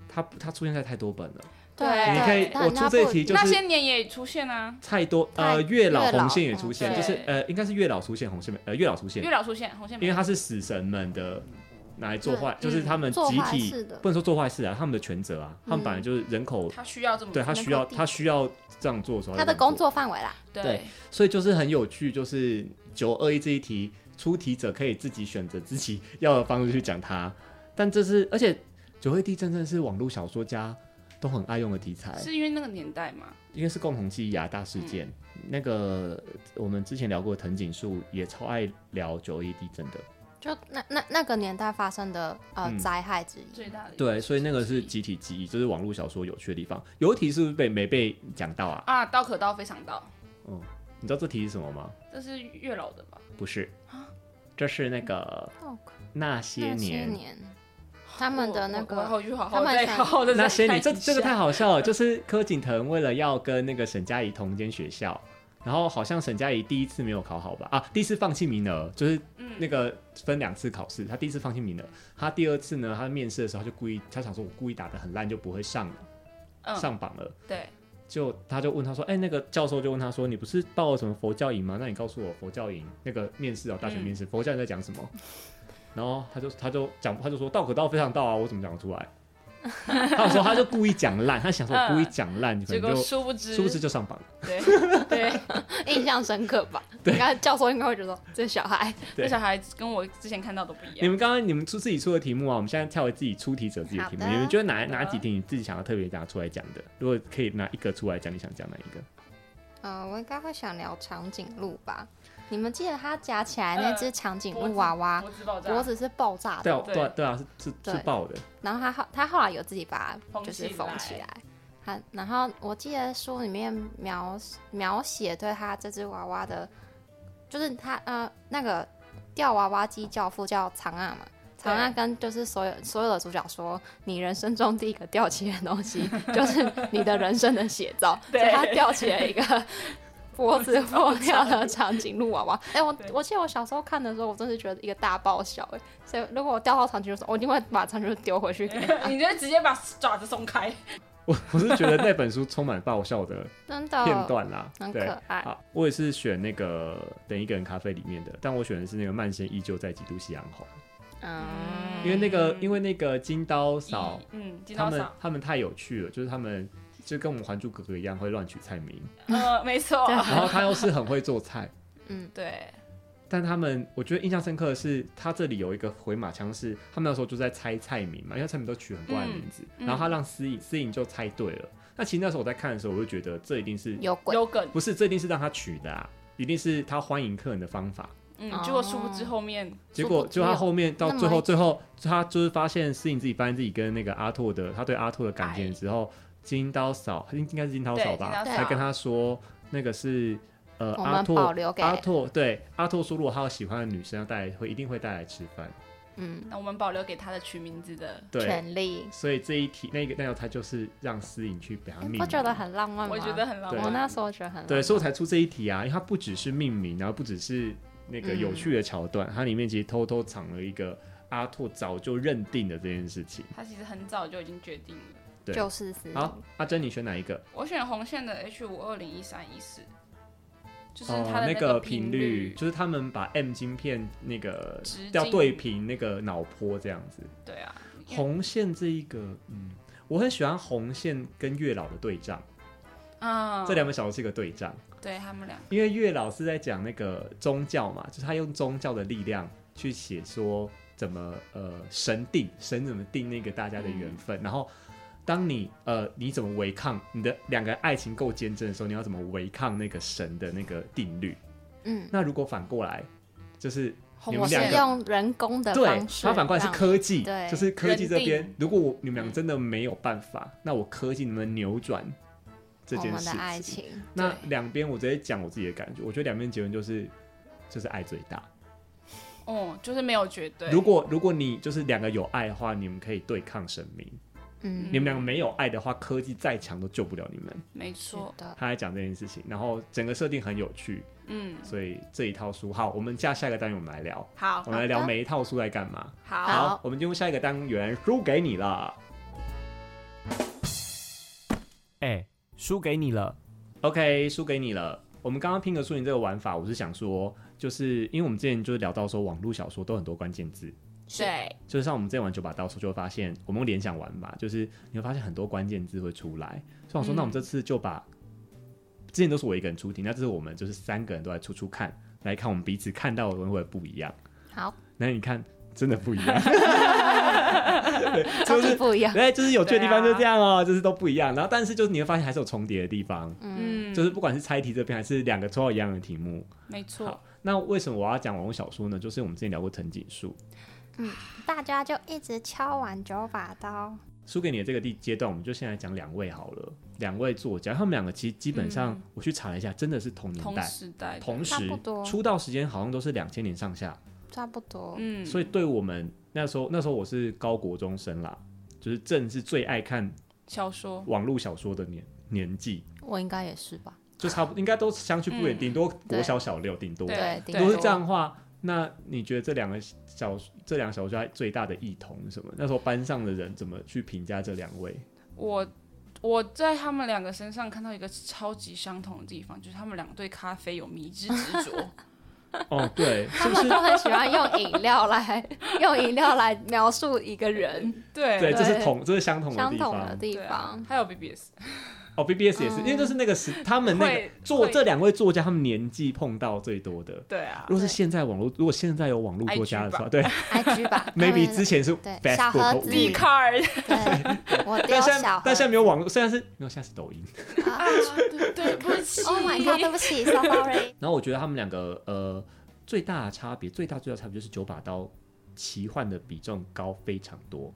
[SPEAKER 2] 它它出现在太多本了，
[SPEAKER 3] 对，
[SPEAKER 2] 你可以
[SPEAKER 3] 对
[SPEAKER 2] 我
[SPEAKER 3] 那
[SPEAKER 2] 出
[SPEAKER 3] 不
[SPEAKER 2] 这一题就
[SPEAKER 4] 那
[SPEAKER 2] 是
[SPEAKER 4] 些年也出现啊，
[SPEAKER 2] 太多
[SPEAKER 3] 太
[SPEAKER 2] 呃月老
[SPEAKER 3] 月老哦
[SPEAKER 2] 红线也出现，
[SPEAKER 4] 嗯
[SPEAKER 2] 就是
[SPEAKER 4] 对
[SPEAKER 2] 呃应该是月老出现红线没呃月老出现
[SPEAKER 4] 月，老出现，红线没
[SPEAKER 2] 因为他是死神们的拿来做坏，
[SPEAKER 4] 嗯
[SPEAKER 2] 就是他们
[SPEAKER 3] 做
[SPEAKER 2] 集
[SPEAKER 3] 坏
[SPEAKER 2] 体
[SPEAKER 3] 事的嗯
[SPEAKER 2] 不能说做坏事啊，他们的权责啊，他们本来就是人口，
[SPEAKER 4] 他需要这么
[SPEAKER 2] 对他
[SPEAKER 3] 人
[SPEAKER 2] 需
[SPEAKER 3] 口
[SPEAKER 2] 要
[SPEAKER 3] 地
[SPEAKER 2] 他需要这样做的时候，
[SPEAKER 3] 他的
[SPEAKER 2] 就这样
[SPEAKER 3] 工作范围啦，
[SPEAKER 2] 对做，所以就是很有趣，就是九二一这一题，出题者可以自己选择自己要的方式去讲它，但这是而且九二一地震真的是网络小说家都很爱用的题材，
[SPEAKER 4] 是因为那个年代嘛，
[SPEAKER 2] 因为是共同记忆啊大事件，
[SPEAKER 3] 嗯
[SPEAKER 2] 那个我们之前聊过藤井树也超爱聊九二一地震的。
[SPEAKER 3] 就那那那个年代发生的呃
[SPEAKER 2] 嗯
[SPEAKER 3] 灾害之一。
[SPEAKER 4] 最大的
[SPEAKER 2] 对，所以那个是集体记忆，这、是网络小说有趣的地方。有一题是不是被没被讲到啊？
[SPEAKER 4] 啊，刀可刀非常刀，
[SPEAKER 2] 你知道这题是什么吗？
[SPEAKER 4] 这是月老的吧？
[SPEAKER 2] 不是，这是那个那些
[SPEAKER 3] 那些
[SPEAKER 2] 年。
[SPEAKER 3] 年，他们的那
[SPEAKER 4] 我我我
[SPEAKER 3] 个
[SPEAKER 4] 要去好
[SPEAKER 3] 他
[SPEAKER 4] 好
[SPEAKER 3] 们
[SPEAKER 4] 再
[SPEAKER 3] 想
[SPEAKER 4] 好好的
[SPEAKER 2] 那些年，这这个太好笑了。就是柯景腾为了要跟那个沈佳宜同一间学校，然后好像沈佳宜第一次没有考好吧？啊，第一次放弃名额，就是
[SPEAKER 4] 嗯
[SPEAKER 2] 那个分两次考试，他第一次放弃名额，他第二次呢，他面试的时候他就故意，他想说我故意打的很烂就不会上
[SPEAKER 4] 嗯
[SPEAKER 2] 上榜了。
[SPEAKER 4] 对，
[SPEAKER 2] 就他就问他说，哎、那个教授就问他说，你不是报了什么佛教营吗？那你告诉我佛教营那个面试哦，大学面试、佛教营在讲什么？然后他就他就讲他就说道可道非常道啊，我怎么讲得出来？ 他有时候他就故意讲烂，他想说啊我故意讲烂，你可
[SPEAKER 4] 结
[SPEAKER 2] 能
[SPEAKER 4] 果
[SPEAKER 2] 就
[SPEAKER 4] 殊不知，
[SPEAKER 2] 殊不知就上榜了。
[SPEAKER 4] 对对，
[SPEAKER 3] 印象深刻吧？应该教授应该会觉得这小孩
[SPEAKER 2] 对
[SPEAKER 4] 这小孩跟我之前看到的不一
[SPEAKER 2] 你
[SPEAKER 4] 样。
[SPEAKER 2] 们刚刚你们出自己出的题目啊，我们现在跳回自己出题者自己的题目，
[SPEAKER 3] 好的
[SPEAKER 2] 你们觉得哪
[SPEAKER 4] 好的
[SPEAKER 2] 哪几题你自己想要特别拿出来讲的？如果可以拿一个出来讲，你想讲哪一个？
[SPEAKER 3] 呃，我应该会想聊长颈鹿吧？你们记得它夹起来那只长颈
[SPEAKER 4] 嗯
[SPEAKER 3] 鹿娃娃，
[SPEAKER 4] 脖子爆炸，
[SPEAKER 3] 脖子是爆炸
[SPEAKER 2] 对
[SPEAKER 3] 的，
[SPEAKER 2] 啊对啊对啊，是是是
[SPEAKER 3] 对
[SPEAKER 2] 爆的，
[SPEAKER 3] 然后它后它后来有自己把它
[SPEAKER 4] 缝
[SPEAKER 3] 就是
[SPEAKER 4] 起
[SPEAKER 3] 缝
[SPEAKER 4] 来
[SPEAKER 3] 起来。它然后我记得书里面描描写对它这只娃娃的，就是它呃那个吊娃娃机教父叫长岸嘛。长岸跟就是所有所有的主角说，你人生中第一个吊起来的东西，就是你的人生的写照。所
[SPEAKER 4] 对
[SPEAKER 3] 以他吊起了一个脖 子破掉的长颈鹿娃娃。哎、我
[SPEAKER 4] 对
[SPEAKER 3] 我记得我小时候看的时候，我真是觉得一个大爆笑哎、所以如果我掉到长颈鹿的时候，我一定会把长颈鹿丢回去给 它。
[SPEAKER 4] 你就直接把爪子松开。
[SPEAKER 2] 我我是觉得那本书充满爆笑的
[SPEAKER 3] 真
[SPEAKER 4] 哦
[SPEAKER 3] 的
[SPEAKER 2] 片段啦，
[SPEAKER 3] 很
[SPEAKER 2] 对
[SPEAKER 3] 可爱
[SPEAKER 2] 好，我也是选那个《等一个人咖啡》里面的，但我选的是那个《曼仙依旧在几度夕阳红》，
[SPEAKER 3] 嗯，
[SPEAKER 2] 因为那个因为那个金刀嫂，
[SPEAKER 4] 嗯，金
[SPEAKER 2] 他
[SPEAKER 4] 刀
[SPEAKER 2] 们
[SPEAKER 4] 嫂，
[SPEAKER 2] 他们太有趣了，就是他们就跟我们《还珠格格》一样会乱取菜 名，
[SPEAKER 4] 呃，没错，
[SPEAKER 2] 然后他又是很会做菜，
[SPEAKER 4] 对，
[SPEAKER 2] 但他们我觉得印象深刻的是，他这里有一个回马枪是他们那时候就在猜菜名嘛，因为菜名都取很怪的名字，
[SPEAKER 4] 嗯嗯
[SPEAKER 2] 然后他让思颖思颖就猜对了。那其实那时候我在看的时候，我就觉得这一定是
[SPEAKER 3] 有鬼，
[SPEAKER 4] 有梗，
[SPEAKER 2] 不是，这一定是让他取的啊，一定是他欢迎客人的方法。
[SPEAKER 4] 嗯
[SPEAKER 3] 哦，
[SPEAKER 4] 结果殊不知后面
[SPEAKER 2] 结果
[SPEAKER 3] 殊不知
[SPEAKER 2] 就他后面到
[SPEAKER 3] 那么
[SPEAKER 2] 最
[SPEAKER 3] 一
[SPEAKER 2] 后，最后他就是发现事情自己发现自己跟那个阿拓的，他对阿拓的感情
[SPEAKER 4] 哎
[SPEAKER 2] 之后，金刀嫂应应该是金刀嫂
[SPEAKER 4] 对
[SPEAKER 2] 吧，
[SPEAKER 4] 金刀嫂
[SPEAKER 2] 才跟他说那个是呃
[SPEAKER 3] 我
[SPEAKER 2] 阿
[SPEAKER 3] 们保
[SPEAKER 2] 拓
[SPEAKER 3] 留给
[SPEAKER 2] 阿拓对阿拓说，如果他有喜欢的女生要带来，会一定会带来吃饭。
[SPEAKER 3] 嗯
[SPEAKER 4] 那我们保留给他的取名字的，
[SPEAKER 2] 对，
[SPEAKER 3] 权利，
[SPEAKER 2] 所以这一题那个那道菜就是让思颖去给他
[SPEAKER 3] 你
[SPEAKER 2] 命
[SPEAKER 3] 不觉得
[SPEAKER 2] 名
[SPEAKER 3] 很浪漫吗？
[SPEAKER 4] 我哎觉得，很浪
[SPEAKER 2] 对
[SPEAKER 3] 我
[SPEAKER 4] 漫。
[SPEAKER 3] 哦那时候觉得很浪漫
[SPEAKER 4] 嗯
[SPEAKER 2] 对，所以我才出这一题啊，因为它不只是命名，然后不只是那
[SPEAKER 4] 嗯
[SPEAKER 2] 个有趣的桥段，它里面其实偷偷藏了一个阿拓早就认定的这件事情。
[SPEAKER 4] 他其实很早就已经决定了。
[SPEAKER 2] 对
[SPEAKER 3] 就是
[SPEAKER 4] 嗯
[SPEAKER 3] 死
[SPEAKER 2] 好，阿珍，你选哪一个？
[SPEAKER 4] 我选红线的 H 五二零一三一四，就是
[SPEAKER 2] 哦，
[SPEAKER 4] 它的
[SPEAKER 2] 个
[SPEAKER 4] 频
[SPEAKER 2] 率就是他们把 M 晶片那个
[SPEAKER 4] 直径
[SPEAKER 2] 要对平那个脑波这样子。
[SPEAKER 4] 对啊，因为
[SPEAKER 2] 红线这一个，嗯，我很喜欢红线跟月老的对仗，
[SPEAKER 4] 嗯，
[SPEAKER 2] 这两本小说是一个对仗，
[SPEAKER 4] 对他们俩，
[SPEAKER 2] 因为月老是在讲那个宗教嘛，就是他用宗教的力量去写说怎么呃神定神怎么定那个大家的缘
[SPEAKER 3] 嗯
[SPEAKER 2] 分，然后当你呃你怎么违抗你的两个爱情够坚贞的时候，你要怎么违抗那个神的那个定律？
[SPEAKER 3] 嗯，
[SPEAKER 2] 那如果反过来就是你
[SPEAKER 3] 我
[SPEAKER 2] 们
[SPEAKER 3] 是
[SPEAKER 2] 两个。
[SPEAKER 3] 用人工的
[SPEAKER 2] 对
[SPEAKER 3] 方，式
[SPEAKER 2] 它
[SPEAKER 3] 让，
[SPEAKER 2] 反过来是科技，
[SPEAKER 3] 对嗯
[SPEAKER 2] 就是科技这
[SPEAKER 4] 人
[SPEAKER 2] 边，如果我你们两个真的没有办法，那我科技能不能扭转这
[SPEAKER 3] 哦我
[SPEAKER 2] 件
[SPEAKER 3] 们
[SPEAKER 2] 事
[SPEAKER 3] 的
[SPEAKER 2] 情？
[SPEAKER 3] 爱情，
[SPEAKER 2] 那两边我直接讲我自己的感觉，我觉得两边结论就是就是爱最大。
[SPEAKER 4] 哦、就是没有绝对。
[SPEAKER 2] 如果如果你就是两个有爱的话，你们可以对抗神明；
[SPEAKER 3] 嗯，
[SPEAKER 2] 你们两个没有爱的话，科技再强都救不了你们。
[SPEAKER 4] 没
[SPEAKER 3] 是
[SPEAKER 4] 错，
[SPEAKER 3] 的，
[SPEAKER 2] 他在讲这件事情，然后整个设定很有趣，
[SPEAKER 4] 嗯，
[SPEAKER 2] 所以这一套书好，我们下下一个单元我们来聊，
[SPEAKER 4] 好
[SPEAKER 2] 我们来聊
[SPEAKER 3] 好的
[SPEAKER 2] 每一套书来干嘛。
[SPEAKER 4] 好
[SPEAKER 3] 好
[SPEAKER 2] 我们进入下一个单元，输给你了。
[SPEAKER 1] 哎，输给你了。
[SPEAKER 2] OK，输给你了。我们刚刚拼个输赢这个玩法，我是想说，就是因为我们之前就是聊到说，网络小说都很多关键字，
[SPEAKER 4] 对，
[SPEAKER 2] 就是像我们之前玩九把刀的时候，就会发现我们用联想玩法，就是你会发现很多关键字会出来。所以我说，
[SPEAKER 4] 嗯
[SPEAKER 2] 那我们这次就把、之前都是我一个人出题，那这次我们就是三个人都来出出看，来看我们彼此看到的东西会不一样。
[SPEAKER 3] 好，
[SPEAKER 2] 那你看，真的不一 样，
[SPEAKER 3] 超
[SPEAKER 2] 就是
[SPEAKER 3] 级不一样，
[SPEAKER 2] 哎，就是有趣的地方
[SPEAKER 4] 对
[SPEAKER 2] 就
[SPEAKER 4] 啊
[SPEAKER 2] 这样哦、就是都不一样。然后，但是就是你会发现还是有重叠的地方，
[SPEAKER 3] 嗯，
[SPEAKER 4] 嗯，
[SPEAKER 2] 就是不管是猜题这边还是两个抽到一样的题目，
[SPEAKER 4] 没错
[SPEAKER 2] 好，那为什么我要讲网络小说呢？就是我们之前聊过藤井树，
[SPEAKER 3] 大家就一直敲完九把刀。
[SPEAKER 2] 输给你的这个地阶段，我们就先来讲两位好了，两位作家，他们两个其实基本上、
[SPEAKER 4] 嗯
[SPEAKER 2] 我去查了一下，真的是同年
[SPEAKER 4] 同
[SPEAKER 2] 代，
[SPEAKER 4] 时代的
[SPEAKER 2] 同时
[SPEAKER 3] 差不多
[SPEAKER 2] 出道时间好像都是两千年上下，
[SPEAKER 3] 差不多，
[SPEAKER 4] 嗯，
[SPEAKER 2] 所以对我们那时候那时候我是高国中生啦，就是正是最爱看
[SPEAKER 4] 小说
[SPEAKER 2] 网络小说的年年纪，
[SPEAKER 3] 我应该也是吧？
[SPEAKER 2] 就差不应该都相去不远，
[SPEAKER 4] 嗯
[SPEAKER 2] 顶、多国小小六，顶多。
[SPEAKER 4] 对
[SPEAKER 3] 顶
[SPEAKER 2] 如果
[SPEAKER 3] 多
[SPEAKER 2] 是这样的话，那你觉得这两个小这两个小说家最大的异同是什么？那时候班上的人怎么去评价这两 位？
[SPEAKER 4] 我我在他们两个身上看到一个超级相同的地方，就是他们两个对咖啡有迷之执 着。
[SPEAKER 2] 哦，对，是
[SPEAKER 3] 他
[SPEAKER 2] 不是
[SPEAKER 3] 们？都很喜欢用饮料来 用饮料来描述一个人
[SPEAKER 4] 嗯对
[SPEAKER 2] 对，这是
[SPEAKER 3] 对
[SPEAKER 2] 同，这是相同的
[SPEAKER 3] 相
[SPEAKER 2] 地
[SPEAKER 3] 同的
[SPEAKER 2] 方。
[SPEAKER 3] 地
[SPEAKER 4] 对啊
[SPEAKER 3] 方。，
[SPEAKER 4] 还有 BBS
[SPEAKER 2] 哦，BBS 也是，因为这是那个时，他们那个
[SPEAKER 4] 会
[SPEAKER 2] 作
[SPEAKER 4] 会
[SPEAKER 2] 这两位作家，他们年纪碰到最多的。
[SPEAKER 4] 对啊
[SPEAKER 2] 如，果是
[SPEAKER 3] 对
[SPEAKER 2] 现在网络，如果现在有网络作家的
[SPEAKER 4] IG 吧
[SPEAKER 2] 话，对
[SPEAKER 3] IG 吧
[SPEAKER 2] ，maybe 之前是
[SPEAKER 3] 对
[SPEAKER 2] Facebook
[SPEAKER 3] 小
[SPEAKER 2] 或
[SPEAKER 3] 盒子
[SPEAKER 2] Wii
[SPEAKER 4] 立 card
[SPEAKER 3] 对，我丢
[SPEAKER 2] 但现
[SPEAKER 3] 小
[SPEAKER 2] 在
[SPEAKER 3] 盒。
[SPEAKER 2] 但现在没有网络，现在是没有，现在是抖音。
[SPEAKER 4] 啊，对 对不起
[SPEAKER 3] Oh my god！对不起，so sorry。
[SPEAKER 2] 然后我觉得他们两个呃最大的差别，最大最大的差别就是九把刀奇幻的比重高非常多，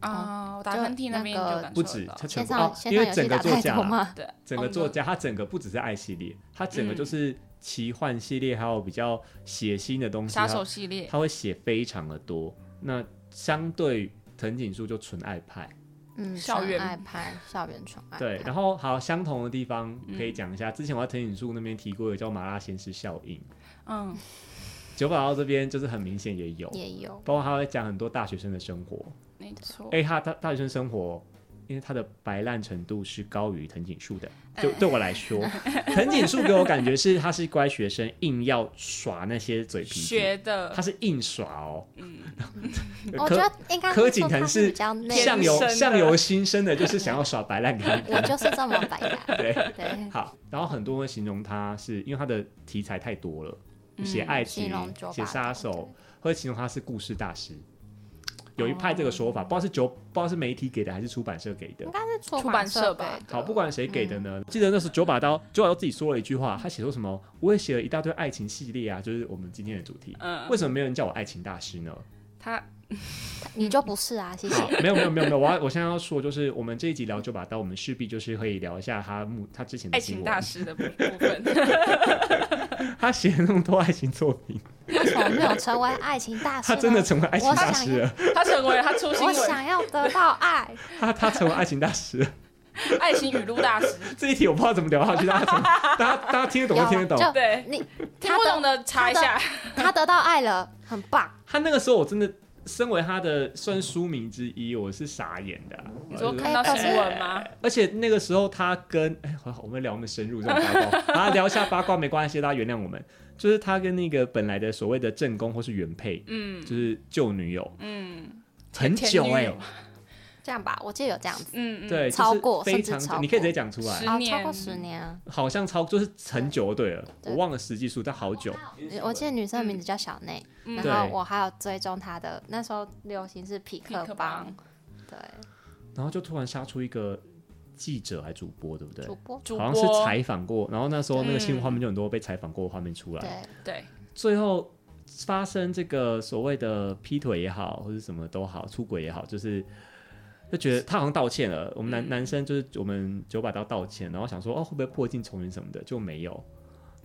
[SPEAKER 4] 啊，我打喷嚏那边就
[SPEAKER 3] 哦就那个
[SPEAKER 4] 感
[SPEAKER 2] 不
[SPEAKER 4] 受
[SPEAKER 2] 止
[SPEAKER 4] 得到
[SPEAKER 2] 他
[SPEAKER 3] 线
[SPEAKER 2] 整个、
[SPEAKER 3] 上
[SPEAKER 2] 哦
[SPEAKER 3] 线
[SPEAKER 2] 因
[SPEAKER 3] 上
[SPEAKER 2] 为
[SPEAKER 3] 游
[SPEAKER 2] 整
[SPEAKER 3] 戏
[SPEAKER 2] 个
[SPEAKER 3] 打
[SPEAKER 2] 作
[SPEAKER 3] 太
[SPEAKER 2] 家
[SPEAKER 3] 多
[SPEAKER 2] 啦，
[SPEAKER 3] 吗？
[SPEAKER 4] 对
[SPEAKER 2] 整个作家他整个不只是爱系列，他整个就是奇幻系列，还有比较血腥的东西，
[SPEAKER 4] 杀手
[SPEAKER 2] 他
[SPEAKER 4] 系列，
[SPEAKER 2] 他会写非常的多。那相对藤井树就纯爱派，
[SPEAKER 3] 嗯，
[SPEAKER 4] 校园
[SPEAKER 3] 纯爱拍，校园纯爱
[SPEAKER 2] 对，
[SPEAKER 3] 拍
[SPEAKER 2] 然后好相同的地方可以讲一
[SPEAKER 3] 嗯
[SPEAKER 2] 下，之前我在藤井树那边提过，有叫麻辣鲜师效应，
[SPEAKER 4] 嗯，
[SPEAKER 2] 九把刀这边就是很明显也有，
[SPEAKER 3] 也有
[SPEAKER 2] 包括他会讲很多大学生的生活，
[SPEAKER 4] 没错，
[SPEAKER 2] 哎、他大大学生生活，因为他的白烂程度是高于藤井树的，就
[SPEAKER 4] 哎
[SPEAKER 2] 对我来 说，藤井树给我感觉是他是乖学生，硬要耍那些嘴皮子，
[SPEAKER 4] 学的嗯
[SPEAKER 2] 他是硬耍哦。
[SPEAKER 3] 我
[SPEAKER 2] 柯
[SPEAKER 3] 觉得应该
[SPEAKER 2] 柯
[SPEAKER 3] 是
[SPEAKER 2] 景
[SPEAKER 3] 说
[SPEAKER 2] 腾
[SPEAKER 3] 他
[SPEAKER 2] 是
[SPEAKER 3] 比较内
[SPEAKER 2] 相
[SPEAKER 3] 敛
[SPEAKER 4] 向游
[SPEAKER 2] 由相
[SPEAKER 4] 哦天生的
[SPEAKER 2] 由心生的，就是想要耍白烂给你
[SPEAKER 3] 我
[SPEAKER 2] 看。
[SPEAKER 3] 就是这么白的。
[SPEAKER 2] 对，
[SPEAKER 3] 对，
[SPEAKER 2] 好，然后很多人形容他是因为他的题材太多了，写爱情
[SPEAKER 3] 嗯形容、九把
[SPEAKER 2] 写杀
[SPEAKER 3] 刀
[SPEAKER 2] 手，会形容他是故事大师。有一派这个说法，不知道是九，不知道是媒体给的还是出版社给的
[SPEAKER 3] 哦应。该是嗯
[SPEAKER 4] 出
[SPEAKER 3] 出
[SPEAKER 4] 版社
[SPEAKER 3] 社
[SPEAKER 4] 吧
[SPEAKER 3] 给的
[SPEAKER 2] 好，不管谁给的呢？记得那时候九把刀，九把刀自己说了一句话，他写说什么？我也写了一大堆爱情系列啊，就是我们今天的主题。
[SPEAKER 4] 嗯
[SPEAKER 2] 为什么没有人叫我爱情大师呢？
[SPEAKER 4] 他
[SPEAKER 3] 你就不是啊，谢谢。
[SPEAKER 2] 好，没有没有没有没有，我要我现在要说，就是我们这一集聊九把刀，我们势必就是会聊一下他目他之前的
[SPEAKER 4] 爱
[SPEAKER 2] 新闻
[SPEAKER 4] 情 大师的部分，
[SPEAKER 2] 他写了那么多爱情作品，
[SPEAKER 3] 为什么没有成为爱情大师
[SPEAKER 2] 他
[SPEAKER 3] 呢？
[SPEAKER 2] 真的成为爱情
[SPEAKER 3] 我
[SPEAKER 2] 大
[SPEAKER 3] 想
[SPEAKER 2] 师
[SPEAKER 3] 要
[SPEAKER 2] 了，
[SPEAKER 4] 他成为了他出
[SPEAKER 3] 我
[SPEAKER 4] 新闻
[SPEAKER 3] 想要得到爱，
[SPEAKER 2] 他他成为爱情大师 了。
[SPEAKER 4] 爱情语录大师，
[SPEAKER 2] 这一题我不知道怎么聊下去，大家怎么大家大家听得懂就听得
[SPEAKER 3] 有啊
[SPEAKER 2] 懂。
[SPEAKER 3] 就
[SPEAKER 4] 对，
[SPEAKER 3] 你
[SPEAKER 4] 听不懂的查一下，
[SPEAKER 3] 他得到爱了，很棒。
[SPEAKER 2] 他那个时候我真的身为他的算书迷之一，我是傻眼的啊、
[SPEAKER 4] 你
[SPEAKER 2] 我
[SPEAKER 4] 说
[SPEAKER 2] 就
[SPEAKER 4] 看到
[SPEAKER 3] 哎可
[SPEAKER 4] 新
[SPEAKER 3] 是
[SPEAKER 4] 闻吗？
[SPEAKER 2] 而且那个时候他跟哎，好，我们聊我们深入这种八卦，啊，聊一下八卦没关系，大家原谅我们。就是他跟那个本来的所谓的正宫或是原配，
[SPEAKER 4] 嗯
[SPEAKER 2] 就是旧女友，
[SPEAKER 4] 嗯
[SPEAKER 2] 很久
[SPEAKER 4] 前女
[SPEAKER 2] 哎、
[SPEAKER 4] 友
[SPEAKER 3] 这样吧，我记得有这样子，
[SPEAKER 4] 嗯，嗯，
[SPEAKER 2] 对，就是
[SPEAKER 3] 嗯超过
[SPEAKER 2] 非常
[SPEAKER 3] 甚至超
[SPEAKER 2] 久，
[SPEAKER 3] 过
[SPEAKER 2] 你可以直接讲出
[SPEAKER 4] 十
[SPEAKER 2] 来，
[SPEAKER 3] 啊，
[SPEAKER 4] 年
[SPEAKER 3] 超过十年啊。
[SPEAKER 2] 好像超就是很久就对了，
[SPEAKER 3] 对
[SPEAKER 2] 我忘了实际数，但好久。
[SPEAKER 3] 我记得女生的名字叫小内，
[SPEAKER 4] 嗯
[SPEAKER 2] 对
[SPEAKER 3] 然后我还有追踪她的，那时候流行是匹
[SPEAKER 4] 匹
[SPEAKER 3] 克
[SPEAKER 4] 克
[SPEAKER 3] 帮
[SPEAKER 4] 帮，
[SPEAKER 3] 对，
[SPEAKER 2] 然后就突然杀出一个记者还主播，对不对？
[SPEAKER 3] 主播，
[SPEAKER 4] 主
[SPEAKER 2] 好
[SPEAKER 4] 播
[SPEAKER 2] 像是采访过，然后那时候那个新闻画面就很多被采访过的画面出来，
[SPEAKER 3] 对，
[SPEAKER 4] 对，
[SPEAKER 2] 最后发生这个所谓的劈腿也好，或者什么都好，出轨也好，就是就觉得他好像道歉了。我们男、
[SPEAKER 4] 嗯
[SPEAKER 2] 男生就是我们九把刀道歉，然后想说哦会不会破镜重圆什么的，就没有。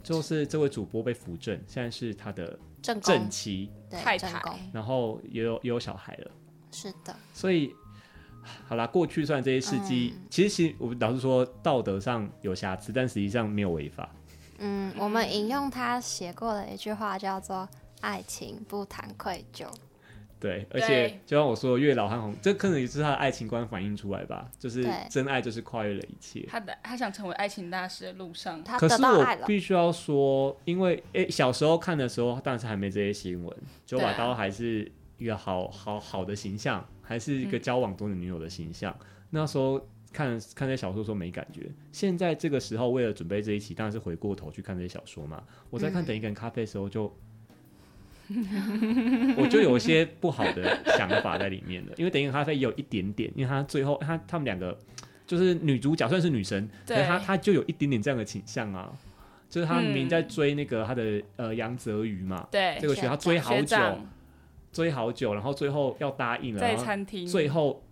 [SPEAKER 2] 就是这位主播被扶正，现在是他的
[SPEAKER 3] 正
[SPEAKER 2] 正
[SPEAKER 3] 宫，
[SPEAKER 2] 妻，
[SPEAKER 3] 对，
[SPEAKER 4] 太
[SPEAKER 3] 正
[SPEAKER 4] 太
[SPEAKER 3] 宫，
[SPEAKER 2] 然后也有也有小孩了，
[SPEAKER 3] 是的，
[SPEAKER 2] 所以。好啦，过去算这些事迹，
[SPEAKER 3] 嗯
[SPEAKER 2] 其实其实我们老实说，道德上有瑕疵，但实际上没有违法。
[SPEAKER 3] 嗯，我们引用她写过的一句话叫做“爱情不谈愧疚
[SPEAKER 2] 对，而且
[SPEAKER 4] 对
[SPEAKER 2] 就像我说，的，月老和红，这可能也是他的爱情观反映出来吧，就是
[SPEAKER 3] 对
[SPEAKER 2] 真爱就是跨越了一切。
[SPEAKER 4] 他的他想成为爱情大师的路上”，，
[SPEAKER 3] 她
[SPEAKER 2] 可
[SPEAKER 3] 得
[SPEAKER 2] 是
[SPEAKER 3] 到
[SPEAKER 2] 我
[SPEAKER 3] 爱了，
[SPEAKER 2] 必须要说，因为诶、小时候看的时候，当然是还没这些新闻，九
[SPEAKER 3] 啊
[SPEAKER 2] 把刀还是一个好好好的形象，还是一个
[SPEAKER 3] 嗯
[SPEAKER 2] 交往中的女友的形象。那时候看看这些小说的时候没感觉，现在这个时候为了准备这一期，当然是回过头去看这些小说嘛。我在
[SPEAKER 4] 嗯
[SPEAKER 2] 看《等一个人咖啡》的时候就。 我就有一些不好的想法在里面了，因为《等一个人咖啡》也有一点点，因为他最后他他们两个就是女主角，虽然是女生，
[SPEAKER 4] 对
[SPEAKER 2] 但她她就有一点点这样的倾向啊。就是他明明
[SPEAKER 4] 嗯
[SPEAKER 2] 在追那个他的呃杨泽宇嘛，
[SPEAKER 4] 对
[SPEAKER 2] 这，个学他追好
[SPEAKER 4] 哎学
[SPEAKER 2] 久，
[SPEAKER 4] 长
[SPEAKER 2] 追好久，然后最后要答应了，
[SPEAKER 4] 在
[SPEAKER 2] 然后
[SPEAKER 4] 餐厅，
[SPEAKER 2] 最后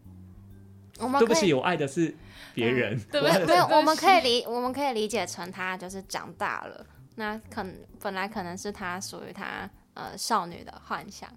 [SPEAKER 3] 我们
[SPEAKER 2] 对不
[SPEAKER 3] 可以
[SPEAKER 2] 起，我爱的是别人，
[SPEAKER 4] 对不
[SPEAKER 2] 我爱
[SPEAKER 4] 对？
[SPEAKER 2] 的
[SPEAKER 3] 没有，
[SPEAKER 4] 对
[SPEAKER 3] 我们可以理我们可以理解成他就是长大了，那可能本来可能是他属于他呃少女的幻想，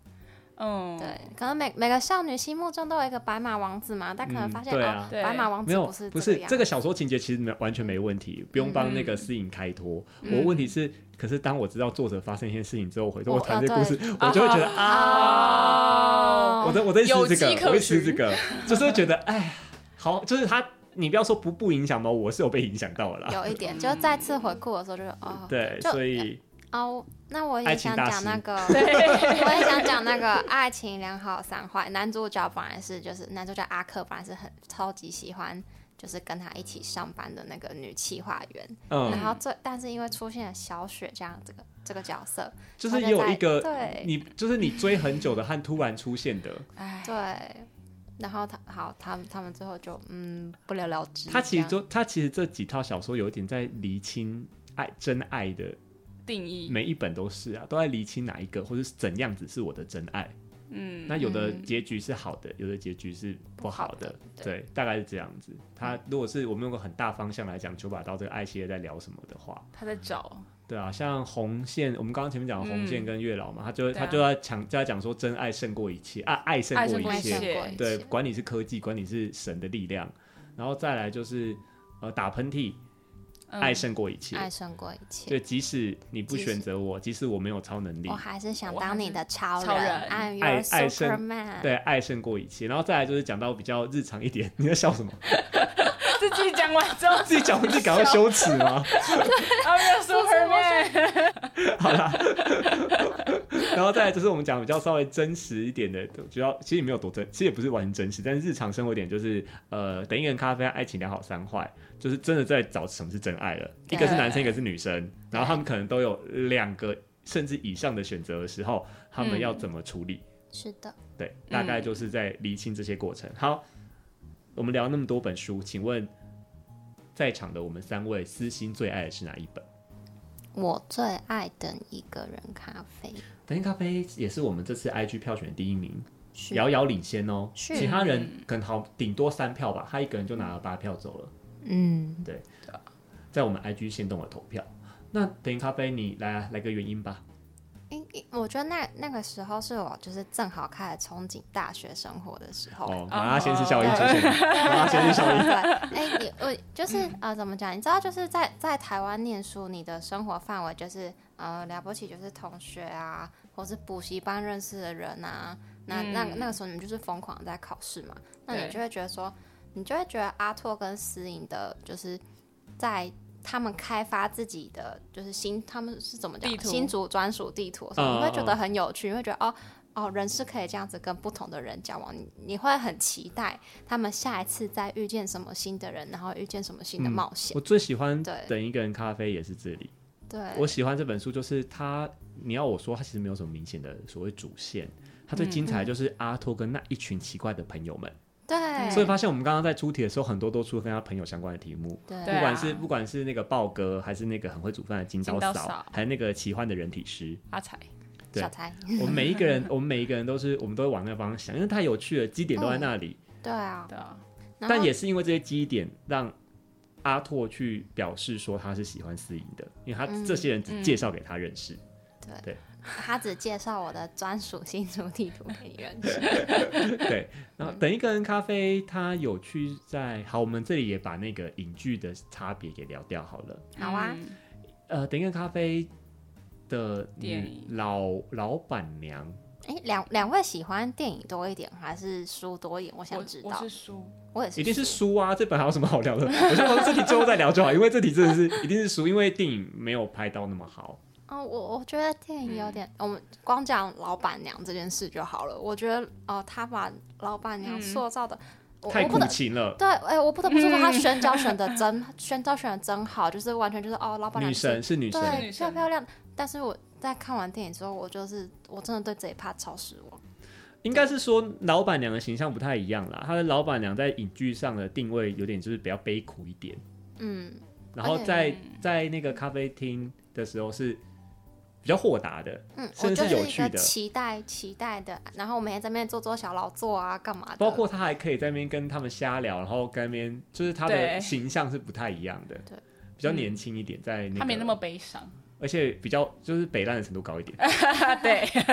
[SPEAKER 4] 嗯，
[SPEAKER 3] 对，可能每每个少女心目中都有一个白马王子嘛，但可能发现、
[SPEAKER 2] 嗯对啊
[SPEAKER 3] 哦，
[SPEAKER 4] 对
[SPEAKER 3] 白马王
[SPEAKER 2] 没
[SPEAKER 3] 子
[SPEAKER 2] 有
[SPEAKER 3] 是，
[SPEAKER 2] 不
[SPEAKER 3] 这
[SPEAKER 2] 是
[SPEAKER 3] 个样
[SPEAKER 2] 这个小说情节其实没有完全没问题，不用帮那个
[SPEAKER 4] 嗯
[SPEAKER 2] 思颖开脱。
[SPEAKER 4] 嗯
[SPEAKER 2] 我的问题是，可是当我知道作者发生一件事情之后，回头
[SPEAKER 3] 我
[SPEAKER 2] 我谈这
[SPEAKER 3] 啊
[SPEAKER 2] 故事，我就会觉得啊，
[SPEAKER 4] 啊
[SPEAKER 3] 哦
[SPEAKER 2] 我的我在
[SPEAKER 4] 有
[SPEAKER 2] 吃这
[SPEAKER 4] 迹
[SPEAKER 2] 个，
[SPEAKER 4] 可
[SPEAKER 2] 我在吃
[SPEAKER 4] 循
[SPEAKER 2] 这 个，就是会觉得哎，好，就是他，你不要说不不影响吧，我是有被影响到了啦。
[SPEAKER 3] 有一点，就是再次回顾的时候就是哦
[SPEAKER 2] 对，
[SPEAKER 3] 就
[SPEAKER 2] 所以
[SPEAKER 3] 哦，那我
[SPEAKER 2] 爱
[SPEAKER 3] 也
[SPEAKER 2] 情
[SPEAKER 3] 想
[SPEAKER 2] 大
[SPEAKER 3] 讲
[SPEAKER 2] 师
[SPEAKER 3] 那个，
[SPEAKER 4] 对，
[SPEAKER 3] 我也想讲那个爱情良好三坏。男主角本来是就是男主角阿克本来是很超级喜欢，就是跟他一起上班的那个女企划员，
[SPEAKER 2] 嗯，
[SPEAKER 3] 然后这但是因为出现了小雪这样这个这个角色，
[SPEAKER 2] 就是也有一个
[SPEAKER 3] 对
[SPEAKER 2] 你，就是你追很久的和突然出现 的，
[SPEAKER 4] 哎，
[SPEAKER 3] 对，然后他好他们他们最后就嗯不了了之。
[SPEAKER 2] 他其实
[SPEAKER 3] 这
[SPEAKER 2] 就
[SPEAKER 3] 样
[SPEAKER 2] 他其实这几套小说有一点在厘清爱真爱的，
[SPEAKER 4] 定义，
[SPEAKER 2] 每一本都是啊，都在厘清哪一个或是怎样子是我的真爱。
[SPEAKER 4] 嗯，
[SPEAKER 2] 那有的
[SPEAKER 3] 嗯
[SPEAKER 2] 结局是好的，有的结局是不好的，
[SPEAKER 3] 不好的
[SPEAKER 2] 对，大概是这样子。他
[SPEAKER 4] 嗯
[SPEAKER 2] 如果是我们用个很大方向来讲，九把刀这个爱系列在聊什么的话，
[SPEAKER 4] 他在找，
[SPEAKER 2] 对啊，像红线，我们刚刚前面讲的红线
[SPEAKER 4] 嗯
[SPEAKER 2] 跟月老嘛，他就
[SPEAKER 4] 对
[SPEAKER 2] 他
[SPEAKER 4] 啊
[SPEAKER 2] 就在讲就在讲说真爱胜过一切啊，爱胜
[SPEAKER 4] 爱
[SPEAKER 2] 过
[SPEAKER 4] 胜过
[SPEAKER 2] 一
[SPEAKER 4] 一
[SPEAKER 2] 切
[SPEAKER 4] 切，
[SPEAKER 3] 过一
[SPEAKER 2] 对，
[SPEAKER 3] 切
[SPEAKER 2] 管你是科技，管你是神的力量，然后再来就是呃打喷嚏，
[SPEAKER 4] 嗯
[SPEAKER 2] 爱胜过一切。
[SPEAKER 3] 爱胜过一切
[SPEAKER 2] 就。即使你不
[SPEAKER 3] 即使
[SPEAKER 2] 选择我，即使我没有超能力
[SPEAKER 4] 哦
[SPEAKER 3] 我，还是想
[SPEAKER 4] 我还
[SPEAKER 3] 当
[SPEAKER 4] 是
[SPEAKER 3] 你的超人
[SPEAKER 4] 超人
[SPEAKER 3] i m
[SPEAKER 2] 爱
[SPEAKER 3] your
[SPEAKER 2] 爱胜
[SPEAKER 3] Superman。
[SPEAKER 2] 对，爱胜过一切。然后再来就是讲到比较日常一点，你在笑什么？
[SPEAKER 4] 自己讲完 之后，
[SPEAKER 2] 自己讲自己感到羞耻吗？
[SPEAKER 4] 啊，没有 Superman，
[SPEAKER 2] 然后再来就是我们讲比较稍微真实一点的，主要其实也没有多真，其实也不是完全真实，但是日常生活一点就是呃，等一个人咖啡，爱情两好三坏，就是真的在找什么是真爱了。一个是男生，一个是女生，然后他们可能都有两个甚至以上的选择的时候，他们要怎么处理？
[SPEAKER 3] 是的，
[SPEAKER 2] 对，大
[SPEAKER 3] 嗯
[SPEAKER 2] 概就是在厘清这些过程。好，我们聊那么多本书，请问在场的我们三位私心最爱的是哪一本？
[SPEAKER 3] 我最爱等一个人咖啡。
[SPEAKER 2] 等一咖啡也是我们这次 IG 票选的第一名，
[SPEAKER 3] 是
[SPEAKER 2] 遥遥领先哦。
[SPEAKER 3] 是
[SPEAKER 2] 其他人可能好顶多三票吧，他一个人就拿了八票走了，
[SPEAKER 3] 嗯，
[SPEAKER 2] 在我们 IG 先动了投票。那等一咖啡，你来啊来个原因吧。
[SPEAKER 3] 因因我觉得那那个时候是我就是正好开始憧憬大学生活的时候。
[SPEAKER 2] 哦，马拉先是效应出现了，马拉先
[SPEAKER 3] 对
[SPEAKER 2] 是效应。
[SPEAKER 3] 哎、你我就是呃，怎么讲？你知道，就是在在台湾念书，你的生活范围就是呃，了不起就是同学啊，或是补习班认识的人啊。那、那
[SPEAKER 4] 嗯
[SPEAKER 3] 那个时候你们就是疯狂地在考试嘛，那
[SPEAKER 4] 对
[SPEAKER 3] 你就会觉得说，你就会觉得阿拓跟思颖的，就是在他们开发自己的就是新，他们是怎么
[SPEAKER 4] 地
[SPEAKER 3] 讲
[SPEAKER 4] 图
[SPEAKER 3] 新竹专属地图的时候，
[SPEAKER 2] 嗯
[SPEAKER 3] 你会
[SPEAKER 2] 嗯
[SPEAKER 3] 觉得
[SPEAKER 2] 嗯
[SPEAKER 3] 很有趣，你会觉得哦哦，人是可以这样子跟不同的人交往，你你会很期待他们下一次再遇见什么新的人，然后遇见什么新的
[SPEAKER 2] 嗯
[SPEAKER 3] 冒险。
[SPEAKER 2] 我最喜欢
[SPEAKER 3] 对
[SPEAKER 2] 等一个人咖啡也是这里。我
[SPEAKER 3] 对，
[SPEAKER 2] 喜欢这本书，就是它，你要我说，它其实没有什么明显的所谓主线，它最精彩的就是阿托跟那一群奇怪的朋友们。
[SPEAKER 3] 对，
[SPEAKER 2] 所以发现我们刚刚在出题的时候，很多都出跟他朋友相关的题目。
[SPEAKER 3] 对
[SPEAKER 2] 不
[SPEAKER 4] 对
[SPEAKER 2] 管
[SPEAKER 4] 啊
[SPEAKER 2] 是不管是那个豹哥，还是那个很会煮饭的金刀
[SPEAKER 4] 金刀
[SPEAKER 2] 嫂
[SPEAKER 4] 嫂，
[SPEAKER 2] 还有那个奇幻的人体师，
[SPEAKER 4] 阿才，
[SPEAKER 2] 对
[SPEAKER 3] 小才，
[SPEAKER 2] 我们每一个人，我们每一个人都是，我们都会往那个方向想，因为太有趣了，基点都在那里。
[SPEAKER 3] 对啊，
[SPEAKER 4] 对啊，
[SPEAKER 3] 然后
[SPEAKER 2] 但也是因为这些基点，让阿拓去表示说他是喜欢思颖的，因为他
[SPEAKER 3] 嗯
[SPEAKER 2] 这些人只介绍给他认识。
[SPEAKER 3] 他只介绍我的专属新竹地图给你认识。
[SPEAKER 2] 对，然
[SPEAKER 3] 嗯
[SPEAKER 2] 后等一个人咖啡，它有趣在好，我们这里也把那个影剧的差别给聊掉好了。
[SPEAKER 3] 好啊，
[SPEAKER 4] 嗯，
[SPEAKER 2] 呃，等一个咖啡的
[SPEAKER 4] 电
[SPEAKER 2] 女
[SPEAKER 4] 影
[SPEAKER 2] 老老板娘，
[SPEAKER 3] 哎，两两位喜欢电影多一点还是书多一点？我想
[SPEAKER 4] 我
[SPEAKER 3] 知
[SPEAKER 4] 我
[SPEAKER 3] 道
[SPEAKER 4] 是，输，
[SPEAKER 3] 我也是，
[SPEAKER 2] 一定是书啊，这本还有什么好聊的？ 我就说这题最后再聊就好，因为这题真的是一定是书，因为电影没有拍到那么好。
[SPEAKER 3] 哦，我我觉得电影有点，
[SPEAKER 2] 嗯
[SPEAKER 3] 我们光讲老板娘这件事就好了。我觉得哦、呃他把老板娘
[SPEAKER 4] 嗯
[SPEAKER 3] 塑造的，我
[SPEAKER 2] 太
[SPEAKER 3] 我不
[SPEAKER 2] 苦
[SPEAKER 3] 得
[SPEAKER 2] 情了，
[SPEAKER 3] 对，哎、我不得不说，他
[SPEAKER 4] 嗯
[SPEAKER 3] 选角选的真， 选角选的真好，就是完全就是哦，老板娘
[SPEAKER 2] 女
[SPEAKER 3] 就是
[SPEAKER 2] 神是女神，
[SPEAKER 4] 是
[SPEAKER 3] 对
[SPEAKER 4] 女
[SPEAKER 3] 漂
[SPEAKER 4] 神
[SPEAKER 3] 漂亮。但是我在看完电影之后，我就是我真的对这一趴超失望。
[SPEAKER 2] 应该是说老板娘的形象不太一样啦。她的老板娘在影剧上的定位有点就是比较悲苦一点，
[SPEAKER 3] 嗯，
[SPEAKER 2] 然后
[SPEAKER 3] 而且
[SPEAKER 2] 在在那个咖啡厅的时候是比较豁达的，
[SPEAKER 3] 嗯，我
[SPEAKER 2] 甚至
[SPEAKER 3] 就是是
[SPEAKER 2] 有
[SPEAKER 3] 一
[SPEAKER 2] 趣
[SPEAKER 3] 个
[SPEAKER 2] 的
[SPEAKER 3] 期待期待的，然后我每天在那边做做小劳作啊，干嘛的？
[SPEAKER 2] 包括他还可以在那边跟他们瞎聊，然后跟那边就是他的
[SPEAKER 4] 对
[SPEAKER 2] 形象是不太一样的，
[SPEAKER 3] 对，
[SPEAKER 2] 比较年轻一点，在那个
[SPEAKER 4] 他没那么，悲伤。
[SPEAKER 2] 而且比较就是北烂的程度高一
[SPEAKER 3] 啊
[SPEAKER 2] 点，
[SPEAKER 4] 对，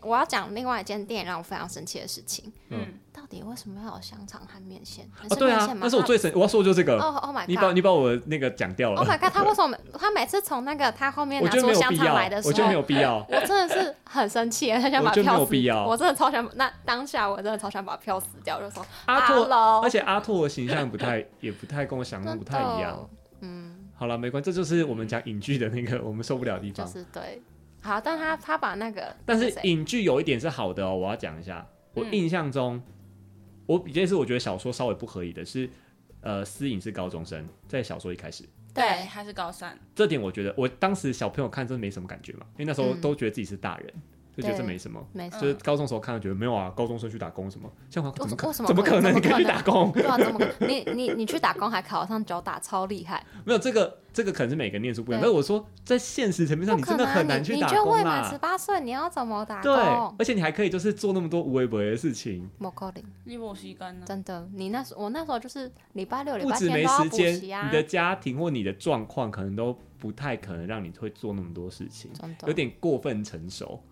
[SPEAKER 3] 我要讲另外一件电影让我非常生气的事情，
[SPEAKER 4] 嗯，
[SPEAKER 3] 到底为什么要有香肠和面线？
[SPEAKER 2] 哦，对啊，那是我最神，我要说的就是这个，
[SPEAKER 3] 哦 oh my
[SPEAKER 2] 你把
[SPEAKER 3] god！
[SPEAKER 2] 你把我那个讲掉了
[SPEAKER 3] Oh my god！他为什么他每次从那个他后面
[SPEAKER 2] 我
[SPEAKER 3] 拿
[SPEAKER 2] 觉得没
[SPEAKER 3] 出
[SPEAKER 2] 有
[SPEAKER 3] 香
[SPEAKER 2] 必
[SPEAKER 3] 肠
[SPEAKER 2] 要
[SPEAKER 3] 来的，时
[SPEAKER 2] 我觉得
[SPEAKER 3] 候，
[SPEAKER 2] 没，有必要
[SPEAKER 3] 我真的是很生气，很想
[SPEAKER 2] 我
[SPEAKER 3] 把
[SPEAKER 2] 觉得没
[SPEAKER 3] 票
[SPEAKER 2] 有
[SPEAKER 3] 撕
[SPEAKER 2] 必要
[SPEAKER 3] 我真的超想，那当下我真的超想把票撕掉，我就说
[SPEAKER 2] 阿拓
[SPEAKER 3] Hello，
[SPEAKER 2] 而且阿拓的形象不太， 也不太跟我想的
[SPEAKER 3] 真
[SPEAKER 2] 不太一样
[SPEAKER 3] 的。，嗯，
[SPEAKER 2] 好了，没关系，这就是我们讲影剧的那个我们受不了的地
[SPEAKER 3] 就
[SPEAKER 2] 方。
[SPEAKER 3] 是对。好，但他他把那个，
[SPEAKER 2] 但是
[SPEAKER 3] 那谁
[SPEAKER 2] 影剧有一点是好的哦，我要讲一下。我
[SPEAKER 4] 嗯
[SPEAKER 2] 印象中，我比这次我觉得小说稍微不合理的是，呃，思颖是高中生，在小说一开始，
[SPEAKER 4] 对，他是高三，
[SPEAKER 2] 这点我觉得我当时小朋友看真的没什么感觉嘛，因为那时候
[SPEAKER 3] 嗯
[SPEAKER 2] 都觉得自己是大人，就觉得这
[SPEAKER 3] 对
[SPEAKER 2] 没什么。
[SPEAKER 3] 没
[SPEAKER 4] 嗯
[SPEAKER 2] 就是高中时候看，觉得没有啊，高中生去打工什么，像我
[SPEAKER 3] 为
[SPEAKER 2] 怎么可
[SPEAKER 3] 为什么
[SPEAKER 2] 怎么
[SPEAKER 3] 可
[SPEAKER 2] 可
[SPEAKER 3] 能
[SPEAKER 2] 能
[SPEAKER 3] 怎么
[SPEAKER 2] 可以
[SPEAKER 3] 可
[SPEAKER 2] 去
[SPEAKER 3] 能
[SPEAKER 2] 打工？
[SPEAKER 3] 对啊，怎么可能你你你去打工还考上九打，超厉害，
[SPEAKER 2] 没有这个，这个可能是每个人念书不一样。
[SPEAKER 3] 对
[SPEAKER 2] 但是我说，在现实层面上，
[SPEAKER 3] 不
[SPEAKER 2] 你
[SPEAKER 3] 可
[SPEAKER 2] 真的
[SPEAKER 3] 能啊！
[SPEAKER 2] 很难
[SPEAKER 3] 你
[SPEAKER 2] 去
[SPEAKER 3] 你
[SPEAKER 2] 打
[SPEAKER 3] 就未
[SPEAKER 2] 工
[SPEAKER 3] 满十
[SPEAKER 2] 啦。
[SPEAKER 3] 八岁，你要怎么打
[SPEAKER 2] 对
[SPEAKER 3] 工，？
[SPEAKER 2] 而且你还可以就是做那么多无为不为的事情，
[SPEAKER 3] 莫可能，
[SPEAKER 4] 利我吸干呢。
[SPEAKER 3] 真的，你那时我那时候就是礼拜六、礼
[SPEAKER 2] 不
[SPEAKER 3] 拜
[SPEAKER 2] 止
[SPEAKER 3] 天
[SPEAKER 2] 没
[SPEAKER 3] 都要
[SPEAKER 2] 时
[SPEAKER 3] 补
[SPEAKER 2] 间，
[SPEAKER 3] 习啊
[SPEAKER 2] 你，的家庭或你的状况可能都不太可能让你会做那么多事情，
[SPEAKER 3] 真的
[SPEAKER 2] 有点过分成熟。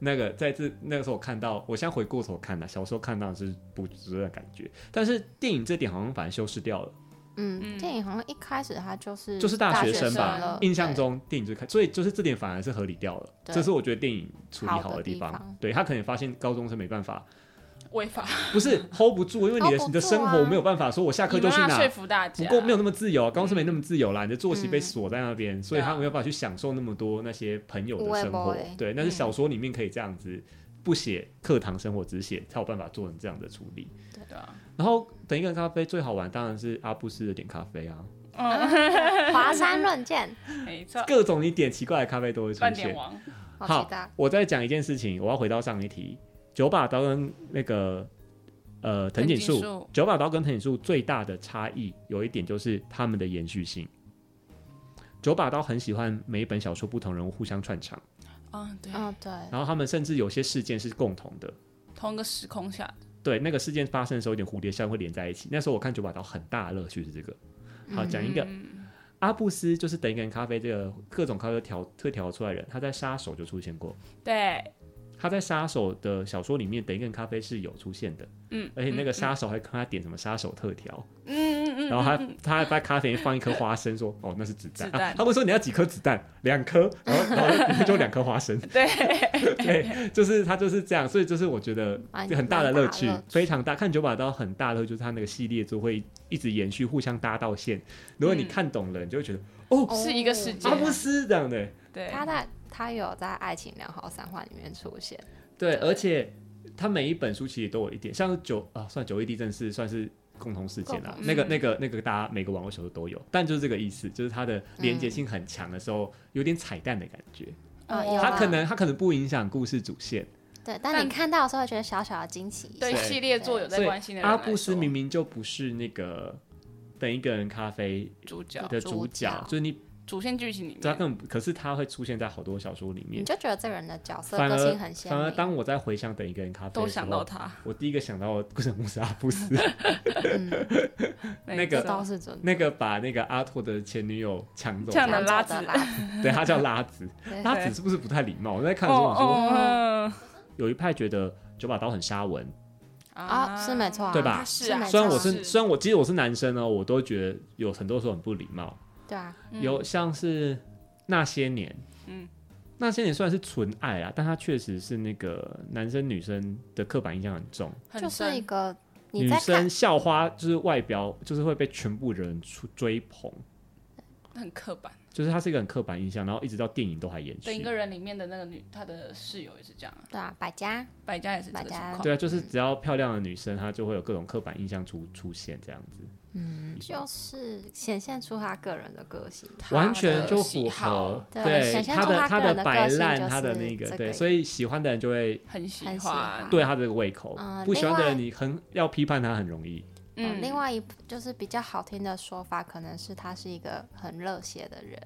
[SPEAKER 2] 那个在这那个时候我看到，我现在回过头看呢、啊小时候看到的是不值的感觉，但是电影这点好像反而修饰掉了。
[SPEAKER 3] 嗯，
[SPEAKER 4] 嗯
[SPEAKER 3] 电影好像一开始他就是
[SPEAKER 2] 就是大
[SPEAKER 3] 大
[SPEAKER 2] 学
[SPEAKER 3] 生
[SPEAKER 2] 生吧
[SPEAKER 3] 了
[SPEAKER 2] 印象中电影最开，所以就是这点反而是合理掉了，
[SPEAKER 3] 呃对
[SPEAKER 2] 这是我觉得电影处理
[SPEAKER 3] 好
[SPEAKER 2] 好
[SPEAKER 3] 的
[SPEAKER 2] 的
[SPEAKER 3] 地
[SPEAKER 2] 地方。
[SPEAKER 3] 方
[SPEAKER 2] 对他可能发现高中生没办法，
[SPEAKER 4] 违法，
[SPEAKER 2] 不是 hold 不住，因为你
[SPEAKER 3] hold 不住
[SPEAKER 2] 的
[SPEAKER 3] 啊
[SPEAKER 2] 你的生活没有办法说，我下课
[SPEAKER 4] 你
[SPEAKER 2] 就
[SPEAKER 4] 们
[SPEAKER 2] 去
[SPEAKER 4] 要
[SPEAKER 2] 哪
[SPEAKER 4] 说，服大
[SPEAKER 2] 不
[SPEAKER 4] 家，嗯
[SPEAKER 2] 够没有那么自由，高中生没那么自由啦，你的作息被
[SPEAKER 3] 嗯
[SPEAKER 2] 锁在那边，所以
[SPEAKER 4] 对啊
[SPEAKER 2] 他没有办法去享受那么多那些朋友的生
[SPEAKER 3] 无
[SPEAKER 2] 活
[SPEAKER 4] 啊
[SPEAKER 3] 微不微。
[SPEAKER 2] 对，
[SPEAKER 4] 嗯
[SPEAKER 2] 那是小说里面可以这样子，不写课堂生活，只写才有办法做成这样的处理。
[SPEAKER 4] 对啊，
[SPEAKER 2] 然后等一个咖啡最好玩，当然是阿布斯的点咖啡啊，
[SPEAKER 3] 华山论剑，
[SPEAKER 4] 没错，
[SPEAKER 2] 各种你点奇怪的咖啡都会出
[SPEAKER 4] 乱
[SPEAKER 2] 现
[SPEAKER 4] 点。王，
[SPEAKER 3] 好
[SPEAKER 2] 好
[SPEAKER 3] 期待。
[SPEAKER 2] 我再讲一件事情，我要回到上一题，九把刀跟那个呃藤井
[SPEAKER 4] 藤井
[SPEAKER 2] 树
[SPEAKER 4] 树，
[SPEAKER 2] 九把刀跟藤井树最大的差异有一点就是他们的延续性。九把刀很喜欢每一本小说不同人物互相串场，
[SPEAKER 4] 嗯，对，
[SPEAKER 3] 嗯，对，
[SPEAKER 2] 然后他们甚至有些事件是共同的。
[SPEAKER 4] 同一个时空下，
[SPEAKER 2] 对，那个事件发生的时候，有点蝴蝶效应会连在一起。那时候我看九把刀很大的乐趣是这个。好，讲一个、
[SPEAKER 4] 嗯
[SPEAKER 2] 阿布斯，就是等一个人咖啡这个各种咖啡调特调出来的人，他在杀手就出现过。
[SPEAKER 4] 对，
[SPEAKER 2] 他在杀手的小说里面，等一个人咖啡是有出现的，
[SPEAKER 4] 嗯，
[SPEAKER 2] 而且那个
[SPEAKER 4] 嗯，
[SPEAKER 2] 杀手还跟他点什么杀手特调，
[SPEAKER 4] 嗯嗯嗯，
[SPEAKER 2] 然后他
[SPEAKER 4] 嗯嗯
[SPEAKER 2] 他还把咖啡里面放一颗花生，说哦那是子弹，
[SPEAKER 4] 子弹
[SPEAKER 2] 啊 他会说你要几颗子弹，两颗，然后 然后就两颗花生，
[SPEAKER 4] 对
[SPEAKER 2] 对，就是他就是这样，所以就是我觉得
[SPEAKER 3] 蛮
[SPEAKER 2] 很大的
[SPEAKER 3] 蛮
[SPEAKER 2] 乐趣
[SPEAKER 3] 乐，
[SPEAKER 2] 非常大。看九把刀很大的乐趣就是他那个系列就会一直延续，互相搭到线。如果你
[SPEAKER 4] 嗯
[SPEAKER 2] 看懂了，你就会觉得哦
[SPEAKER 4] 是一个世界啊
[SPEAKER 2] 阿布斯这样的，
[SPEAKER 4] 对，
[SPEAKER 3] 他在他有在《爱情良好三话》里面出现，
[SPEAKER 2] 对，而且他每一本书其实都有一点，像九啊，算九一地震是算是共同事件啦
[SPEAKER 3] 共。
[SPEAKER 4] 同
[SPEAKER 2] 那个、
[SPEAKER 4] 嗯
[SPEAKER 2] 那个、那个，大家每个网络小说都有，但就是这个意思，就是它的连
[SPEAKER 4] 嗯
[SPEAKER 2] 接性很强的时候，有点彩蛋的感觉。
[SPEAKER 3] 啊
[SPEAKER 4] 哦
[SPEAKER 3] 有
[SPEAKER 2] 它
[SPEAKER 3] 啊
[SPEAKER 2] 可能它可能不影响故事主线。
[SPEAKER 3] 对，但
[SPEAKER 4] 但
[SPEAKER 3] 你看到的时候会觉得小小的惊喜一下。
[SPEAKER 4] 对
[SPEAKER 2] 对
[SPEAKER 4] 系列作有在
[SPEAKER 2] 所
[SPEAKER 4] 关心
[SPEAKER 2] 以
[SPEAKER 4] 的人
[SPEAKER 2] 阿
[SPEAKER 4] 来
[SPEAKER 2] 布斯
[SPEAKER 4] 说
[SPEAKER 2] 明明就不是那个等一个人咖啡
[SPEAKER 4] 主角
[SPEAKER 2] 的
[SPEAKER 3] 主
[SPEAKER 2] 主
[SPEAKER 3] 角
[SPEAKER 2] 角，就是你
[SPEAKER 4] 主线剧情里
[SPEAKER 2] 他
[SPEAKER 4] 面，
[SPEAKER 2] 根本可是他会出现在好多小说里
[SPEAKER 3] 你
[SPEAKER 2] 面。
[SPEAKER 3] 就觉得这个人的角色
[SPEAKER 2] 反
[SPEAKER 3] 个
[SPEAKER 2] 而
[SPEAKER 3] 性很鲜
[SPEAKER 2] 反而
[SPEAKER 3] 明，
[SPEAKER 2] 当我在回想等一个人咖啡
[SPEAKER 4] 都
[SPEAKER 2] 的时
[SPEAKER 4] 想到
[SPEAKER 2] 候，
[SPEAKER 4] 他，
[SPEAKER 2] 我第一个想到的人物是阿布 斯。
[SPEAKER 3] 嗯，
[SPEAKER 2] 那个
[SPEAKER 3] 这倒是真的。
[SPEAKER 2] 那个把那个阿拓的前女友抢走，
[SPEAKER 4] 抢了
[SPEAKER 3] 拿
[SPEAKER 4] 拉
[SPEAKER 3] 走
[SPEAKER 4] 子
[SPEAKER 3] 的啦，
[SPEAKER 2] 对他叫拉 子，
[SPEAKER 3] 对
[SPEAKER 2] 拉子是不是不太礼貌？我在看的时候我说，
[SPEAKER 4] 哦
[SPEAKER 2] 有一派觉得九把刀很沙文，
[SPEAKER 3] 啊，是没错啊，
[SPEAKER 2] 对吧
[SPEAKER 4] 他是啊
[SPEAKER 3] 没
[SPEAKER 2] 虽然
[SPEAKER 3] 错
[SPEAKER 2] 我
[SPEAKER 3] 啊
[SPEAKER 2] 是虽然我即使我是男生呢，我都觉得有很多时候很不礼貌。
[SPEAKER 3] 对啊，
[SPEAKER 4] 嗯
[SPEAKER 2] 有像是那些年，
[SPEAKER 4] 嗯
[SPEAKER 2] 那些年虽然是纯爱啊，但他确实是那个男生女生的刻板印象很重，
[SPEAKER 4] 很
[SPEAKER 3] 就是一
[SPEAKER 4] 深
[SPEAKER 3] 个你
[SPEAKER 2] 女
[SPEAKER 3] 在看
[SPEAKER 2] 生校花就是外表就是会被全部人出追捧，
[SPEAKER 4] 很刻板。
[SPEAKER 2] 就是他是一个很刻板印象，然后一直到电影都还延续。
[SPEAKER 4] 等一个人里面的那个女，她的室友也是这样啊，
[SPEAKER 3] 对啊，百家
[SPEAKER 4] 百家也是这个情
[SPEAKER 3] 百家
[SPEAKER 4] 况。
[SPEAKER 2] 对啊，就是只要漂亮的女生，她就会有各种刻板印象出出现这样子，
[SPEAKER 3] 嗯，就是显现出他个人的个性。
[SPEAKER 4] 她
[SPEAKER 2] 完全
[SPEAKER 4] 的
[SPEAKER 2] 就符
[SPEAKER 4] 喜好
[SPEAKER 2] 合
[SPEAKER 3] 对
[SPEAKER 2] 对
[SPEAKER 3] 想象
[SPEAKER 2] 她
[SPEAKER 3] 中
[SPEAKER 2] 的
[SPEAKER 3] 她
[SPEAKER 2] 她
[SPEAKER 3] 个人
[SPEAKER 2] 的
[SPEAKER 3] 的
[SPEAKER 2] 摆
[SPEAKER 3] 个性
[SPEAKER 2] 烂，
[SPEAKER 3] 就
[SPEAKER 2] 她的
[SPEAKER 3] 是
[SPEAKER 2] 那个
[SPEAKER 3] 这
[SPEAKER 2] 对，
[SPEAKER 3] 个
[SPEAKER 2] 所以喜欢的人就会
[SPEAKER 4] 很喜
[SPEAKER 3] 很喜
[SPEAKER 4] 欢
[SPEAKER 3] 欢，
[SPEAKER 2] 对她这个胃口
[SPEAKER 3] 嗯，
[SPEAKER 2] 不喜欢
[SPEAKER 3] 另
[SPEAKER 2] 的
[SPEAKER 3] 外
[SPEAKER 2] 人你很要批判她很容易，
[SPEAKER 3] 嗯，
[SPEAKER 4] 嗯，
[SPEAKER 3] 另外一就是比较好听的说法，可能是他是一个很热血的人，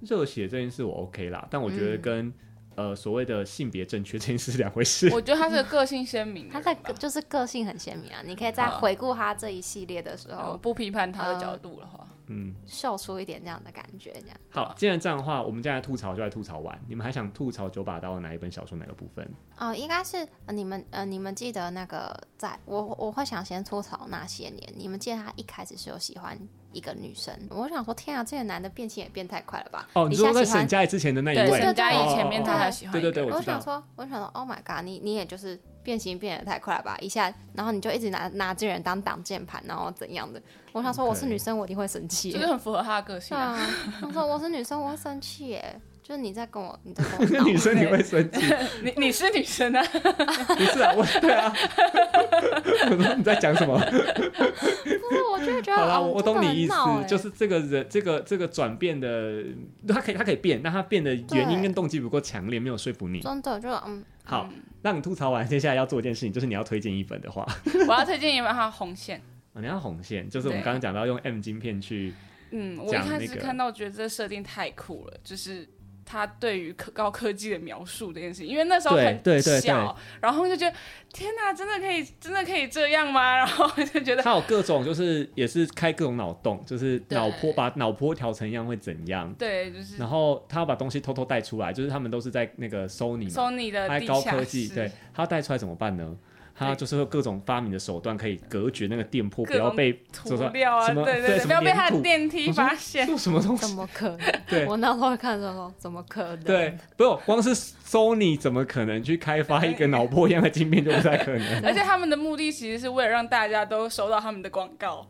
[SPEAKER 2] 热血这件事我 OK 啦，但我觉得跟、呃所谓的性别正确这件事是两回事。
[SPEAKER 4] 我觉得他是个个性鲜明的
[SPEAKER 3] 他
[SPEAKER 4] 人
[SPEAKER 3] 的
[SPEAKER 4] 吧，
[SPEAKER 3] 个就是个性很鲜明啊，你可以在
[SPEAKER 4] 好
[SPEAKER 3] 回顾他这一系列的时
[SPEAKER 4] 我
[SPEAKER 3] 候，
[SPEAKER 4] 不批判他的
[SPEAKER 3] 呃
[SPEAKER 4] 角度的话，
[SPEAKER 2] 嗯，
[SPEAKER 3] 秀出一点这样的感觉，这样。
[SPEAKER 2] 好，既然这样的话，我们接下来吐槽就来吐槽完。你们还想吐槽九把刀的哪一本小说哪个部分？
[SPEAKER 3] 哦，应该是、呃你们呃，你们记得那个在，我我会想先吐槽那些年。你们记得他一开始是有喜欢一个女生，我想说，天啊，这个男的变性也变太快了吧？
[SPEAKER 2] 哦，你
[SPEAKER 3] 你
[SPEAKER 2] 说
[SPEAKER 3] 现
[SPEAKER 2] 在
[SPEAKER 3] 在喜
[SPEAKER 2] 沈
[SPEAKER 3] 欢，
[SPEAKER 2] 佳宜之前的那一
[SPEAKER 4] 对，
[SPEAKER 2] 位，
[SPEAKER 4] 沈佳
[SPEAKER 2] 哦
[SPEAKER 4] 宜
[SPEAKER 2] 哦
[SPEAKER 4] 前面
[SPEAKER 2] 哦
[SPEAKER 4] 他
[SPEAKER 3] 哦
[SPEAKER 4] 还
[SPEAKER 3] 哦
[SPEAKER 4] 喜欢
[SPEAKER 2] 对
[SPEAKER 4] 一个
[SPEAKER 2] 对
[SPEAKER 4] 人，
[SPEAKER 2] 对，我
[SPEAKER 3] 我
[SPEAKER 2] 知道
[SPEAKER 3] 想。说，我想说，Oh my god，你你也就是变形变得太快了吧？一下，然后你就一直拿拿这个人当挡箭牌，然后怎样的？我想说，我是
[SPEAKER 2] OK
[SPEAKER 3] 女生，我一定会生气。
[SPEAKER 4] 就是很符合他的个性
[SPEAKER 3] 对
[SPEAKER 4] 啊
[SPEAKER 3] 啊。，我说我是女生，我会生气耶。就是你在跟我，你在跟我
[SPEAKER 2] 女
[SPEAKER 3] 闹。
[SPEAKER 2] 生 你会生气？
[SPEAKER 4] 你 你是女生啊，
[SPEAKER 2] 不是啊，我对啊， 我说你在讲什么？
[SPEAKER 3] 不是，我就是觉得，
[SPEAKER 2] 好啦，
[SPEAKER 3] 哦
[SPEAKER 2] 我我
[SPEAKER 3] 真的
[SPEAKER 2] 懂
[SPEAKER 3] 很
[SPEAKER 2] 你意思
[SPEAKER 3] 闹，耶
[SPEAKER 2] 就是这个人，这个这个转变的，他可以他可以变，但他变的原因
[SPEAKER 3] 对
[SPEAKER 2] 跟动机不够强烈，没有说服你。
[SPEAKER 3] 真的就是嗯，
[SPEAKER 2] 好，让你吐槽完，接下来要做一件事情，就是你要推荐一本的话，
[SPEAKER 4] 我要推荐一本他的红线。
[SPEAKER 2] 啊你要红线，就是我们
[SPEAKER 4] 对
[SPEAKER 2] 刚刚讲到用 M 晶片去，
[SPEAKER 4] 嗯，我一
[SPEAKER 2] 讲
[SPEAKER 4] 开
[SPEAKER 2] 那
[SPEAKER 4] 始
[SPEAKER 2] 个
[SPEAKER 4] 看到觉得这设定太酷了，就是他对于科高科技的描述这件事情，因为那时候
[SPEAKER 2] 对
[SPEAKER 4] 很小，
[SPEAKER 2] 对对对
[SPEAKER 4] 然后就觉得天哪，真的可以，真的可以这样吗？然后就觉得
[SPEAKER 2] 它有各种就是也是开各种脑洞，就是脑波
[SPEAKER 4] 对
[SPEAKER 2] 把脑波调成一样会怎样，
[SPEAKER 4] 对，就是
[SPEAKER 2] 然后他要把东西偷偷带出来，就是他们都是在那个 Sony 嘛，
[SPEAKER 4] Sony 的
[SPEAKER 2] 它
[SPEAKER 4] 呃地
[SPEAKER 2] 高
[SPEAKER 4] 下
[SPEAKER 2] 科技，
[SPEAKER 4] 室
[SPEAKER 2] 对，它带出来怎么办呢？它
[SPEAKER 4] 对
[SPEAKER 2] 就是有各种发明的手段可以隔绝那个电波，
[SPEAKER 4] 各
[SPEAKER 2] 不要
[SPEAKER 4] 种
[SPEAKER 2] 被
[SPEAKER 4] 涂料
[SPEAKER 2] 什
[SPEAKER 4] 啊，
[SPEAKER 2] 么
[SPEAKER 4] 对
[SPEAKER 2] 对什么
[SPEAKER 4] 对，不要被他
[SPEAKER 2] 粘
[SPEAKER 4] 的
[SPEAKER 2] 土
[SPEAKER 4] 电梯
[SPEAKER 2] 我说
[SPEAKER 4] 发现。
[SPEAKER 2] 做什么东
[SPEAKER 3] 怎
[SPEAKER 2] 西？
[SPEAKER 3] 么可能？
[SPEAKER 2] 对
[SPEAKER 3] 我那时候看的时候，怎么可能？
[SPEAKER 2] 对，不是光是 Sony 怎么可能去开发一个脑波一样的晶片就不太可能？
[SPEAKER 4] 而且他们的目的其实是为了让大家都收到他们的广告。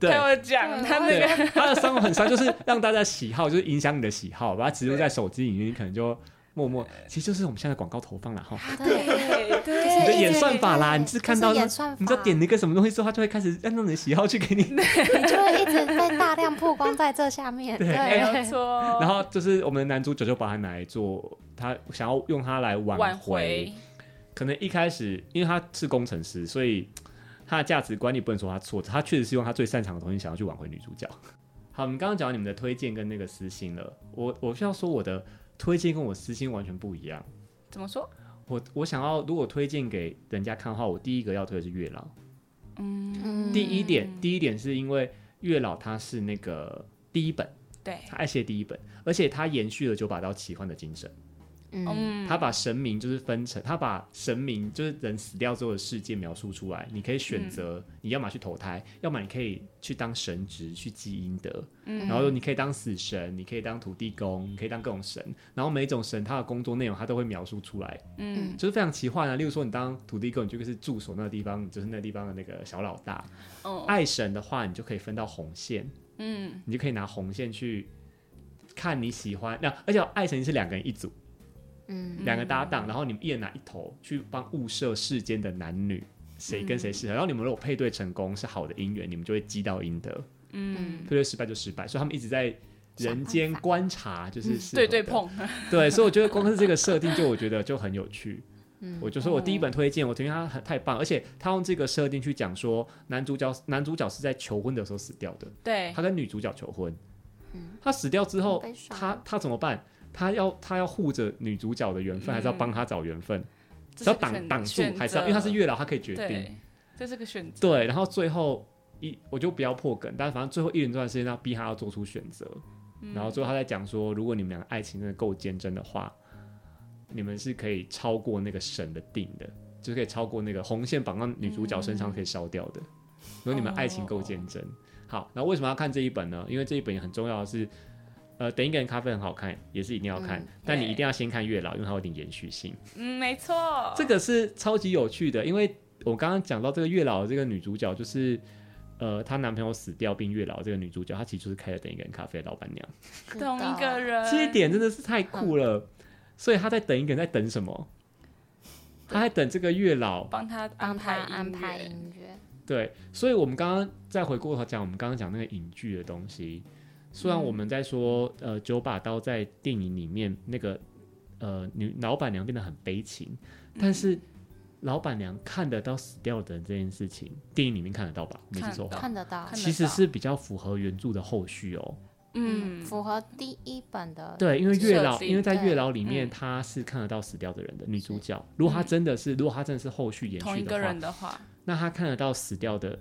[SPEAKER 2] 对
[SPEAKER 4] 他。有讲
[SPEAKER 3] 对
[SPEAKER 4] 他那
[SPEAKER 2] 对
[SPEAKER 4] 个，
[SPEAKER 2] 它的伤口很深，就是让大家喜好，就是影响你的喜好，把它植入在手机里面，你可能就默默，其实就是我们现在的广告投放了哈。
[SPEAKER 3] 对，
[SPEAKER 4] 对啊对，
[SPEAKER 2] 你的
[SPEAKER 3] 对
[SPEAKER 2] 演算法啦，你是看到
[SPEAKER 3] 就是
[SPEAKER 2] 那
[SPEAKER 3] 演算法
[SPEAKER 2] 你知道点了一个什么东西之后，它就会开始按照你的喜好去给你
[SPEAKER 3] 你就会一直被大量曝光在这下面。
[SPEAKER 2] 对
[SPEAKER 4] 没
[SPEAKER 3] 对，
[SPEAKER 4] 错。
[SPEAKER 2] 然后就是我们的男主角就把它拿来做，他想要用它来挽回。
[SPEAKER 4] 挽回，
[SPEAKER 2] 可能一开始，因为他是工程师，所以他的价值观你不能说他错，他确实是用他最擅长的东西想要去挽回女主角。 好，我们刚刚讲到你们的推荐跟那个私心了，我我需要说我的推荐跟我私心完全不一样。
[SPEAKER 4] 怎么说？
[SPEAKER 2] 我我想要如果推荐给人家看的话，我第一个要推的是月老。
[SPEAKER 3] 嗯
[SPEAKER 2] 第一点，第一点是因为月老他是那个第一本，
[SPEAKER 4] 对，
[SPEAKER 2] 他爱写第一本，而且他延续了九把刀奇幻的精神。
[SPEAKER 3] 嗯，
[SPEAKER 4] 嗯，
[SPEAKER 2] 他把神明就是分成，他把神明就是人死掉之后的世界描述出来，你可以选择，
[SPEAKER 4] 嗯
[SPEAKER 2] 你要么去投胎，要么你可以去当神职去积阴德，
[SPEAKER 4] 嗯
[SPEAKER 2] 然后你可以当死神，你可以当土地公，你可以当各种神，然后每一种神他的工作内容他都会描述出来，
[SPEAKER 4] 嗯，
[SPEAKER 2] 就是非常奇幻啊。例如说你当土地公，你就是驻守那个地方，你就是那地方的那个小老大。
[SPEAKER 4] 哦，
[SPEAKER 2] 爱神的话，你就可以分到红线，
[SPEAKER 4] 嗯，
[SPEAKER 2] 你就可以拿红线去看你喜欢。那而且爱神是两个人一组。
[SPEAKER 3] 嗯
[SPEAKER 2] 两个搭档，然后你们一人拿一头去帮物色世间的男女谁跟
[SPEAKER 3] 嗯
[SPEAKER 2] 谁适合，然后你们如果配对成功是好的姻缘，你们就会积到阴德；
[SPEAKER 4] 嗯，
[SPEAKER 2] 配对失败就失败，所以他们一直在人间
[SPEAKER 3] 想办法嗯
[SPEAKER 2] 观察，就是适合
[SPEAKER 4] 对
[SPEAKER 2] 的
[SPEAKER 4] 对碰，
[SPEAKER 2] 对，所以我觉得光是这个设定就我觉得就很有趣。
[SPEAKER 3] 嗯
[SPEAKER 2] 我就说我第一本推荐，我推荐他很太棒，而且他用这个设定去讲说男主角男主角是在求婚的时候死掉的，
[SPEAKER 4] 对
[SPEAKER 2] 他跟女主角求婚，他死掉之后
[SPEAKER 3] 哎嗯好悲，伤
[SPEAKER 2] 他他怎么办？他要他要护着女主角的缘分，还是要帮她找缘分？
[SPEAKER 4] 嗯这
[SPEAKER 2] 是要
[SPEAKER 4] 是个
[SPEAKER 2] 挡
[SPEAKER 4] 选
[SPEAKER 2] 挡住
[SPEAKER 4] 选，
[SPEAKER 2] 还是要因
[SPEAKER 4] 择
[SPEAKER 2] 为他是月老，他可以决定。
[SPEAKER 4] 对，这是个选择，
[SPEAKER 2] 对，然后最后一我就不要破梗，但反正最后一连串的事件，他逼他要做出选择。然后最后他在讲说，如果你们两个爱情真的够坚贞的话，你们是可以超过那个神的定的，就是可以超过那个红线绑到女主角身
[SPEAKER 4] 嗯
[SPEAKER 2] 上可以烧掉的。如果你们爱情够坚
[SPEAKER 4] 哦
[SPEAKER 2] 贞，好，那为什么要看这一本呢？因为这一本也很重要的是，呃，等一个人咖啡很好看，也是一定要看，
[SPEAKER 3] 嗯
[SPEAKER 2] 但你
[SPEAKER 4] 对
[SPEAKER 2] 一定要先看月老，因为它有点延续性。
[SPEAKER 4] 嗯，没错，
[SPEAKER 2] 这个是超级有趣的，因为我刚刚讲到这个月老的这个女主角，就是呃，她男朋友死掉并月老的这个女主角，她其实就是开了等一个人咖 E 啡的老板娘，
[SPEAKER 4] 同一个，人，
[SPEAKER 2] 这一点真的是太酷了。所以她在等一个人，在等什么？她在等这个月老。
[SPEAKER 4] 帮他
[SPEAKER 2] 嗯
[SPEAKER 3] 帮他
[SPEAKER 4] 排
[SPEAKER 3] 安排
[SPEAKER 4] 音乐
[SPEAKER 3] 音乐，
[SPEAKER 2] 对，所以我们刚刚再回过头讲，我们刚刚讲那个影剧的东西，虽然我们在说呃九把刀在电影里面那个呃女老板娘变得很悲情，但是老板娘看得到死掉的人这件事情，电影里面看得到吧？没记错的话，
[SPEAKER 3] 看得到
[SPEAKER 4] 看得到
[SPEAKER 2] 其实是比较符合原著的后续哦。
[SPEAKER 4] 嗯，
[SPEAKER 3] 符合第一本的
[SPEAKER 2] 对，因为月老，
[SPEAKER 4] 设定
[SPEAKER 2] 因为在月老里
[SPEAKER 3] 对
[SPEAKER 2] 面
[SPEAKER 3] 嗯
[SPEAKER 2] 她是看得到死掉的人的女主角。如果她真的是，如果她真的是后续延
[SPEAKER 4] 同
[SPEAKER 2] 续
[SPEAKER 4] 一
[SPEAKER 2] 的
[SPEAKER 4] 个
[SPEAKER 2] 话
[SPEAKER 4] 人，的话，
[SPEAKER 2] 那她看得到死掉的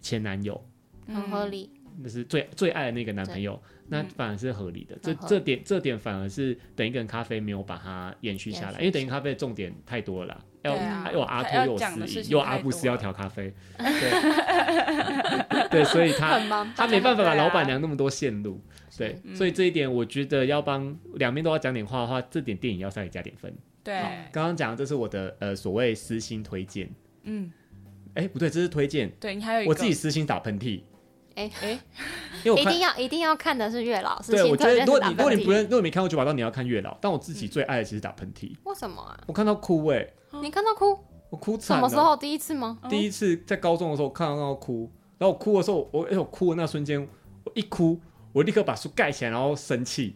[SPEAKER 2] 前男友，
[SPEAKER 3] 很
[SPEAKER 4] 嗯
[SPEAKER 3] 合理，
[SPEAKER 2] 那是最最爱的那个男朋友，那反而是合理的。这
[SPEAKER 3] 很合理
[SPEAKER 2] 这点这点反而是等一个人咖啡没有把它延续下
[SPEAKER 3] 延
[SPEAKER 2] 来，
[SPEAKER 3] 续
[SPEAKER 2] 因为等一个咖啡的重点太多了啦，要
[SPEAKER 4] 对啊
[SPEAKER 2] 还有阿
[SPEAKER 4] 还要
[SPEAKER 2] 兔又有
[SPEAKER 4] 讲的事
[SPEAKER 2] 司仪，
[SPEAKER 4] 情
[SPEAKER 2] 又有
[SPEAKER 4] 太
[SPEAKER 2] 阿布斯
[SPEAKER 4] 多
[SPEAKER 2] 要
[SPEAKER 4] 了
[SPEAKER 2] 调咖 啡，对对，所以他
[SPEAKER 3] 很忙。
[SPEAKER 2] 嗯他没办法把
[SPEAKER 4] 对啊嗯
[SPEAKER 2] 老板娘那么多线路，对，所以这一点我觉得要帮两边都要讲点话的话，这点电影要稍微加点分。好
[SPEAKER 4] 对，
[SPEAKER 2] 刚刚讲的这是我的呃所谓私心推荐，
[SPEAKER 4] 嗯，
[SPEAKER 2] 哎不对，这是推荐，
[SPEAKER 4] 对你还有一个
[SPEAKER 2] 我自己私心打喷嚏，
[SPEAKER 3] 哎
[SPEAKER 4] 哎，
[SPEAKER 2] 因为我
[SPEAKER 3] 一
[SPEAKER 2] 看
[SPEAKER 3] 定要一定要看的是月老，是
[SPEAKER 2] 对，我
[SPEAKER 3] 新
[SPEAKER 2] 觉
[SPEAKER 3] 推
[SPEAKER 2] 得
[SPEAKER 3] 荐
[SPEAKER 2] 如果
[SPEAKER 3] 的
[SPEAKER 2] 你如
[SPEAKER 3] 打
[SPEAKER 2] 果你
[SPEAKER 3] 喷
[SPEAKER 2] 不认
[SPEAKER 3] 嚏。
[SPEAKER 2] 如果你没看过《九把刀》，你要看月老。但我自己最爱的其实是打喷嚏，
[SPEAKER 3] 为什么啊？
[SPEAKER 2] 我看到哭哎、
[SPEAKER 3] 你看到哭？
[SPEAKER 2] 我哭
[SPEAKER 3] 什
[SPEAKER 2] 惨了。
[SPEAKER 3] 么时候第一次吗？
[SPEAKER 2] 第一次在高中的时候看到到哭，然后我哭的时候，我而且我哭的那瞬间，我一哭，我立刻把书盖起来，然后生气，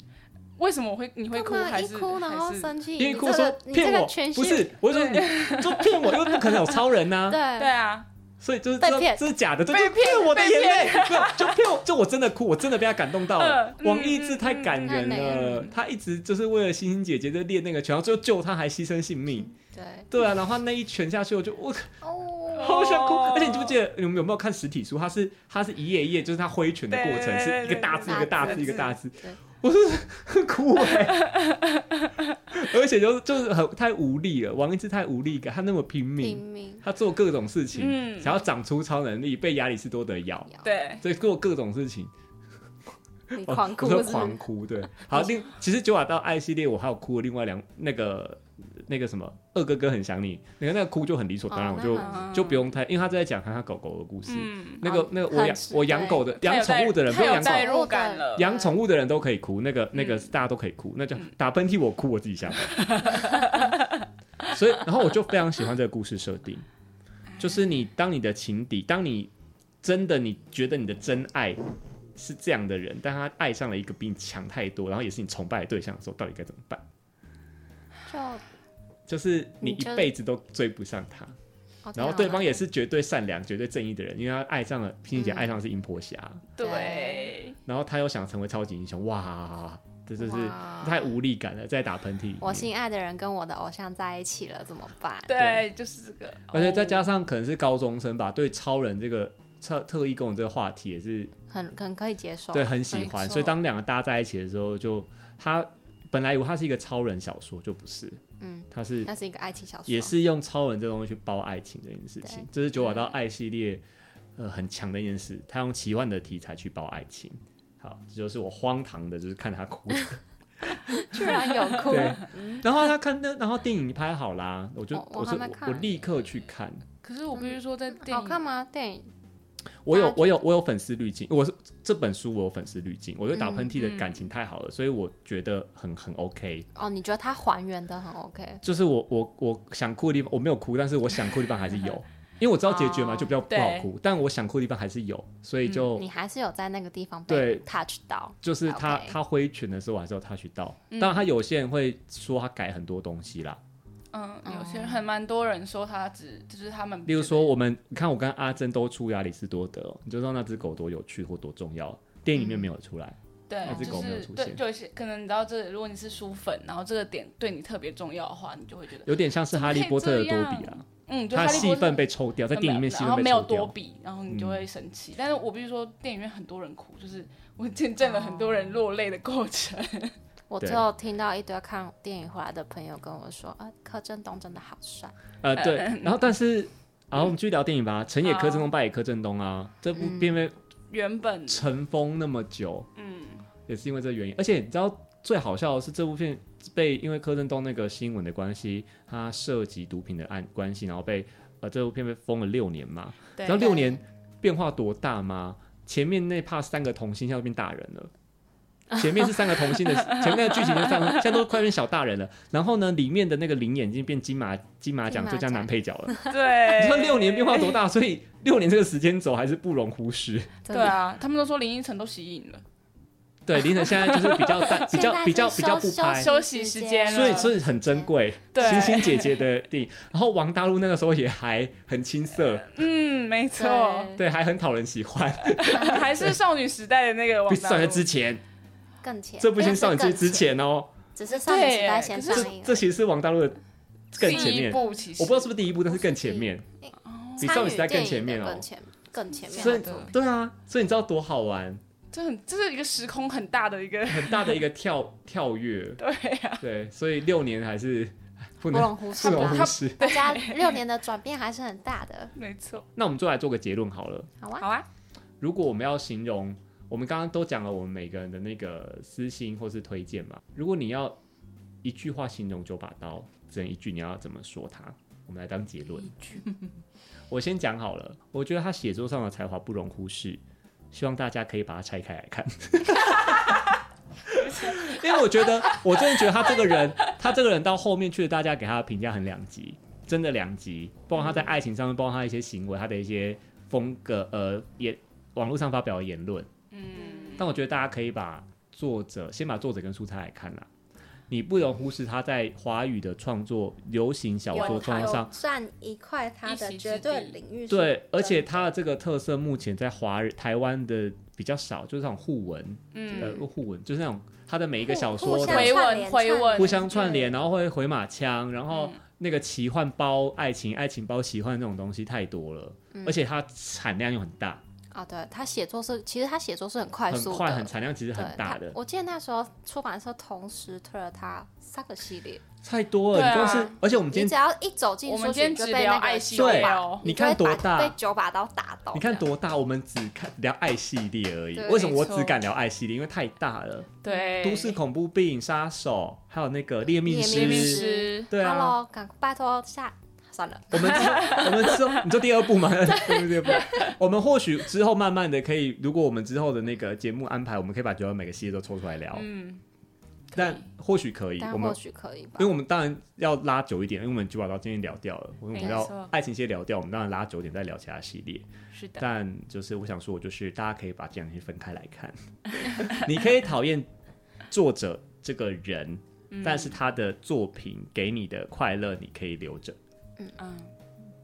[SPEAKER 4] 为什么我会你会哭
[SPEAKER 3] 干嘛
[SPEAKER 4] 还
[SPEAKER 3] 一
[SPEAKER 4] 是
[SPEAKER 3] 哭然后
[SPEAKER 4] 还是
[SPEAKER 3] 生气？
[SPEAKER 2] 因为
[SPEAKER 3] 你
[SPEAKER 2] 哭
[SPEAKER 3] 这
[SPEAKER 2] 说
[SPEAKER 3] 个你这
[SPEAKER 2] 骗
[SPEAKER 3] 个
[SPEAKER 2] 我
[SPEAKER 3] 全，
[SPEAKER 2] 不
[SPEAKER 3] 新
[SPEAKER 2] 是，我就说你就骗 我，因为不可能有超人呐、
[SPEAKER 4] 对
[SPEAKER 3] 对
[SPEAKER 4] 啊，
[SPEAKER 2] 所以就是
[SPEAKER 3] 被
[SPEAKER 2] 这
[SPEAKER 3] 骗
[SPEAKER 2] 这是假的，这
[SPEAKER 4] 被
[SPEAKER 2] 就是
[SPEAKER 4] 骗
[SPEAKER 2] 骗我的
[SPEAKER 4] 被
[SPEAKER 2] 眼泪，没有就骗我，就我真的哭，我真的被他感动到了。
[SPEAKER 4] 嗯
[SPEAKER 2] 王一志太感人
[SPEAKER 3] 嗯嗯
[SPEAKER 2] 了，他一直就是为了星星姐姐在练那个拳，然后最后救她还牺牲性命。
[SPEAKER 3] 嗯对
[SPEAKER 2] 对啊，然后他那一拳下去，我就我
[SPEAKER 3] 哦，
[SPEAKER 2] 好想哭。
[SPEAKER 4] 哦
[SPEAKER 2] 而且你记不记得你们有没有看实体书？它是它是一页一页，就是它挥拳的过程，
[SPEAKER 4] 对对
[SPEAKER 2] 是一个大字
[SPEAKER 3] 对
[SPEAKER 2] 一个大字
[SPEAKER 4] 对
[SPEAKER 2] 一个大字
[SPEAKER 3] 对。
[SPEAKER 2] 我是 哭哎、而且就是就是很太无力了，王一之太无力感，他那么拼
[SPEAKER 3] 拼
[SPEAKER 2] 命，
[SPEAKER 3] 命
[SPEAKER 2] 他做各种事情，
[SPEAKER 4] 嗯
[SPEAKER 2] 想要长出超能力，被亚里士多德咬，
[SPEAKER 3] 摇，
[SPEAKER 4] 对，
[SPEAKER 2] 所以做各种事情。
[SPEAKER 3] 你
[SPEAKER 2] 哦
[SPEAKER 3] 狂哭
[SPEAKER 2] 我
[SPEAKER 3] 是
[SPEAKER 2] 说
[SPEAKER 3] 不是
[SPEAKER 2] 狂哭，对。好，另其实九把刀爱系列，我还有哭的另外两那个那个什么二哥哥很想你，你看那个哭就很理所当然，
[SPEAKER 3] 哦
[SPEAKER 2] 我
[SPEAKER 3] 那
[SPEAKER 2] 就
[SPEAKER 3] 很
[SPEAKER 2] 就不用太，因为他在讲他狗狗的故事。
[SPEAKER 4] 嗯，
[SPEAKER 2] 那个
[SPEAKER 3] 哦
[SPEAKER 2] 那个我养
[SPEAKER 3] 很是
[SPEAKER 2] 我养狗的养宠物的人，不
[SPEAKER 4] 太
[SPEAKER 2] 是
[SPEAKER 4] 有
[SPEAKER 2] 养
[SPEAKER 4] 代
[SPEAKER 2] 狗。
[SPEAKER 4] 入感了，
[SPEAKER 2] 养宠物的人都可以哭，那个那个
[SPEAKER 4] 呃嗯
[SPEAKER 2] 大家都可以哭，那就打喷嚏我哭我自己吓到。所以，然后我就非常喜欢这个故事设定，就是你当你的情敌，当你真的你觉得你的真爱是这样的人，但他爱上了一个比你强太多，然后也是你崇拜的对象的时候，到底该怎么办？
[SPEAKER 3] 就哦
[SPEAKER 2] 就是你
[SPEAKER 3] 你
[SPEAKER 2] 一
[SPEAKER 3] 就
[SPEAKER 2] 辈子都追不上他，
[SPEAKER 3] 哦
[SPEAKER 2] 然后
[SPEAKER 3] 天啊
[SPEAKER 2] 对方也是绝对善良、绝对正义的人，因为他爱上了，并且
[SPEAKER 4] 嗯
[SPEAKER 2] 爱上的是阴婆侠。
[SPEAKER 4] 对，
[SPEAKER 2] 然后他又想成为超级英雄，哇，这就是
[SPEAKER 3] 哇
[SPEAKER 2] 太无力感了，在打喷嚏。
[SPEAKER 3] 我心爱的人跟我的偶像在一起了，怎么办？
[SPEAKER 4] 对，就是这个，
[SPEAKER 2] 而且再
[SPEAKER 4] 哦
[SPEAKER 2] 加上可能是高中生吧，对超人这个特特异功能这个话题也是
[SPEAKER 3] 很很可以接受，
[SPEAKER 2] 对很喜
[SPEAKER 3] 哦没
[SPEAKER 2] 欢，
[SPEAKER 3] 错
[SPEAKER 2] 所以当两个搭在一起的时候就，他本来以为他是一个超人小说，就不是，
[SPEAKER 3] 嗯，
[SPEAKER 2] 他是
[SPEAKER 3] 那是一个爱情小说，
[SPEAKER 2] 也是用超人这东西去包爱情这件事情
[SPEAKER 3] 对，
[SPEAKER 2] 这是九把刀爱系列呃很强的一件事，他用奇幻的题材去包爱情。好，这就是我荒唐的，就是看他哭。
[SPEAKER 3] 居然有哭，
[SPEAKER 2] 对， 然后他看那，然后电影拍好啦，我就
[SPEAKER 3] 嗯哦我
[SPEAKER 2] 我是
[SPEAKER 3] 还没
[SPEAKER 2] 我
[SPEAKER 3] 看嗯
[SPEAKER 2] 我立刻去看，
[SPEAKER 4] 可是我必须
[SPEAKER 2] 嗯
[SPEAKER 4] 说在电
[SPEAKER 3] 好
[SPEAKER 4] 影
[SPEAKER 3] 看吗？电影
[SPEAKER 2] 我
[SPEAKER 3] 大
[SPEAKER 2] 有
[SPEAKER 3] 家觉
[SPEAKER 2] 我有我有粉丝滤镜，我是这本书我有粉丝滤镜，我对打
[SPEAKER 3] 嗯
[SPEAKER 2] 喷嚏的感情太好了，所以我觉得很很 OK，
[SPEAKER 3] 哦，你觉得它还原的很 OK？
[SPEAKER 2] 就是我我我想哭的地方我没有哭，但是我想哭的地方还是 有，因为我知道结局嘛，
[SPEAKER 3] 哦嗯
[SPEAKER 2] 就比较不好哭，但我想哭的地方还是有，所以就
[SPEAKER 3] 你还是有在那个地方
[SPEAKER 2] 哦对
[SPEAKER 3] 被 touch 到，
[SPEAKER 2] 就是他
[SPEAKER 3] OK 嗯
[SPEAKER 2] 他挥拳的时候，我还是有 touch 到，当然他有些人会说他改很多东西啦，
[SPEAKER 4] 嗯，
[SPEAKER 2] 哦
[SPEAKER 4] 有些人很蛮多人说他只就是他们，
[SPEAKER 2] 例如说，，我们你看我跟阿珍都出亚里士多德哦，你就知道那只狗多有趣或多重要。电影里面没有出来，
[SPEAKER 4] 对
[SPEAKER 2] 那，只
[SPEAKER 4] 就
[SPEAKER 2] 狗没有
[SPEAKER 4] 是
[SPEAKER 2] 出
[SPEAKER 4] 对，
[SPEAKER 2] 现
[SPEAKER 4] 就有些可能你知道这，如果你是书粉，然后这个点对你特别重要的话，你就会觉得，
[SPEAKER 2] 有点像是哈利波 特的多比啊，
[SPEAKER 4] 嗯，就
[SPEAKER 2] 他
[SPEAKER 4] 哈利
[SPEAKER 2] 戏
[SPEAKER 4] 波特
[SPEAKER 2] 份被抽掉，在电影里面戏
[SPEAKER 4] 然后
[SPEAKER 2] 份被
[SPEAKER 4] 没有
[SPEAKER 2] 抽
[SPEAKER 4] 多
[SPEAKER 2] 掉。嗯
[SPEAKER 4] 比，然后你就会生气。但是我必须说，电影院很多人哭，就是我见证了很多人落泪的过程。
[SPEAKER 3] 我
[SPEAKER 2] 对
[SPEAKER 3] 最后听到一堆看电影回来的朋友跟我说，啊，柯震东真的好帅，
[SPEAKER 2] 呃，对。
[SPEAKER 4] 嗯
[SPEAKER 2] 然后但是，然后我们继续聊电影吧。成也柯震东，败也柯震东
[SPEAKER 4] 哦
[SPEAKER 2] 啊。这部片被
[SPEAKER 4] 原本，
[SPEAKER 2] 尘封那么久，
[SPEAKER 4] 嗯，
[SPEAKER 2] 也是因为这个原因。而且你知道最好笑的是，这部片被因为柯震东那个新闻的关系，他涉及毒品的案关系，然后被呃这部片被封了六年嘛。
[SPEAKER 4] 对
[SPEAKER 2] 你知道六年变化多大吗？前面那怕三个童星，现在都变大人了。前面是三个童 星的，前面那个剧情就三个，现在都快变小大人了。然后呢，里面的那个林眼睛变金马金马奖
[SPEAKER 3] 金马
[SPEAKER 2] 最佳
[SPEAKER 3] 奖
[SPEAKER 2] 男配角 了。
[SPEAKER 4] 对，
[SPEAKER 2] 你说六年变化多大？所以六年这个时间轴还是不容忽视。
[SPEAKER 3] 真
[SPEAKER 4] 对啊
[SPEAKER 3] 的
[SPEAKER 4] 啊，他们都说林依晨都吸引了，
[SPEAKER 2] 对，凌晨现在就是比较 淡，比较比较比较不
[SPEAKER 3] 现在
[SPEAKER 2] 拍
[SPEAKER 3] 是，
[SPEAKER 4] 休息时间
[SPEAKER 2] 所以是很珍贵，
[SPEAKER 4] 对
[SPEAKER 2] 星星姐姐的电影。然后王大陆那个时候也还很青涩，
[SPEAKER 4] 嗯，没错，
[SPEAKER 2] 对，还很讨人喜欢。
[SPEAKER 4] 还是少女时代的那 个
[SPEAKER 2] 比
[SPEAKER 4] 王大
[SPEAKER 2] 少
[SPEAKER 4] 陆
[SPEAKER 2] 年之前，
[SPEAKER 3] 更前，
[SPEAKER 2] 哎这部
[SPEAKER 3] 应
[SPEAKER 2] 先
[SPEAKER 3] 该是
[SPEAKER 2] 上你
[SPEAKER 3] 更
[SPEAKER 2] 之之，前哦，
[SPEAKER 3] 只是少女时代先上
[SPEAKER 2] 这
[SPEAKER 3] 映，
[SPEAKER 2] 这其实是王大陆的更前
[SPEAKER 4] 第一
[SPEAKER 2] 面，
[SPEAKER 4] 部其实
[SPEAKER 2] 我不知道是不是第一部，但是更前面，
[SPEAKER 3] 哦
[SPEAKER 2] 比少女时代更前面哦
[SPEAKER 3] 更。前更前面，
[SPEAKER 2] 所以
[SPEAKER 4] 对
[SPEAKER 2] 对啊，所以你知道多好玩，
[SPEAKER 4] 这很这是一个时空很大的一个，，
[SPEAKER 2] 很大的一个 跳跳跃
[SPEAKER 4] 对啊呀、
[SPEAKER 2] 对，所以六年还是不
[SPEAKER 3] 不
[SPEAKER 2] 能
[SPEAKER 3] 容忽视
[SPEAKER 2] 不容
[SPEAKER 3] 啦
[SPEAKER 2] 忽。视。
[SPEAKER 3] 大家六年的转变还是很大的，
[SPEAKER 4] 没错。
[SPEAKER 2] 那我们就来做个结论好了。
[SPEAKER 3] 好啊
[SPEAKER 4] 好。啊，
[SPEAKER 2] 如果我们要形容，我们刚刚都讲了我们每个人的那个私心或是推荐嘛。如果你要一句话形容九把刀，只能一句，你要怎么说它？我们来当结论。我先讲好了，我觉得他写作上的才华不容忽视，希望大家可以把它拆开来看。 因为我觉得，我真的觉得他这个人，他这个人到后面去，大家给他的评价很两极，真的两极。包括他在爱情上面，包括他一些行为，他的一些风格，呃，也网络上发表的言论。
[SPEAKER 4] 嗯，
[SPEAKER 2] 但我觉得大家可以把作者先把作者跟书材来看啦，你不容忽视他在华语的创作、流行小说
[SPEAKER 3] 有
[SPEAKER 2] 创作上，
[SPEAKER 3] 占一块他的绝对领域，
[SPEAKER 2] 对，而且他的这个特色目前在华人台湾的比较少，就是那种互文，
[SPEAKER 4] 嗯，
[SPEAKER 2] 呃，互文就是那种他的每一个小
[SPEAKER 3] 互
[SPEAKER 2] 说的
[SPEAKER 3] 互相串
[SPEAKER 4] 回
[SPEAKER 3] 联
[SPEAKER 4] 文回文
[SPEAKER 2] 互相串联，然后会回马枪，然后
[SPEAKER 4] 嗯
[SPEAKER 2] 那个奇幻包爱情、爱情包奇幻这种东西太多了，
[SPEAKER 3] 嗯
[SPEAKER 2] 而且它产量又很大，
[SPEAKER 3] 啊，对他写作是，其实他写作是很快
[SPEAKER 2] 很
[SPEAKER 3] 速的，
[SPEAKER 2] 快，很产量其实
[SPEAKER 3] 对
[SPEAKER 2] 很大的
[SPEAKER 3] 他，我记得那时候出版社同时推了他三个系列，
[SPEAKER 2] 太多了。
[SPEAKER 4] 对
[SPEAKER 2] 你
[SPEAKER 4] 啊
[SPEAKER 2] 光是，而且我们今
[SPEAKER 3] 你只
[SPEAKER 2] 天
[SPEAKER 3] 要一走进
[SPEAKER 4] 我
[SPEAKER 3] 书
[SPEAKER 4] 们
[SPEAKER 3] 局
[SPEAKER 4] 今
[SPEAKER 3] 你
[SPEAKER 4] 天
[SPEAKER 3] 就
[SPEAKER 4] 只
[SPEAKER 3] 被
[SPEAKER 4] 聊
[SPEAKER 3] 那个
[SPEAKER 4] 爱
[SPEAKER 3] 九
[SPEAKER 4] 系
[SPEAKER 2] 对
[SPEAKER 4] 列
[SPEAKER 3] 把
[SPEAKER 4] 哦，
[SPEAKER 2] 你
[SPEAKER 3] 就会
[SPEAKER 2] 看多
[SPEAKER 3] 把
[SPEAKER 2] 大
[SPEAKER 3] 被九把刀打到，
[SPEAKER 2] 你看多大，我们只看聊爱系列而已。
[SPEAKER 3] 对
[SPEAKER 2] 为什么我
[SPEAKER 4] 没错
[SPEAKER 2] 只敢聊爱系列？因为太大了，
[SPEAKER 4] 对，
[SPEAKER 2] 都市恐怖、电影杀手，还有那个猎命
[SPEAKER 3] 猎命
[SPEAKER 2] 师
[SPEAKER 3] 师，
[SPEAKER 4] 师，
[SPEAKER 2] 对啊。
[SPEAKER 3] ，Hello，赶快拜托下，算了，
[SPEAKER 2] 我们之 后我们之后，你做第二部吗？第二部，我们或许之后慢慢的可以，如果我们之后的那个节目安排，我们可以把主要每个系列都抽出来聊。
[SPEAKER 4] 嗯，
[SPEAKER 2] 但或许可以，
[SPEAKER 3] 但
[SPEAKER 2] 我们
[SPEAKER 3] 或许可以吧
[SPEAKER 2] 因为。我们当然要拉久一点，因为我们九把刀今天聊掉了，我们
[SPEAKER 4] 没
[SPEAKER 2] 要
[SPEAKER 4] 错
[SPEAKER 2] 爱情先聊掉，我们当然拉久一点再聊其他系列。
[SPEAKER 4] 是的，
[SPEAKER 2] 但就是我想说，就是大家可以把这两件事分开来看。 你可以讨厌作者这个人，
[SPEAKER 4] 嗯
[SPEAKER 2] 但是他的作品给你的快乐，你可以留着。
[SPEAKER 4] 嗯，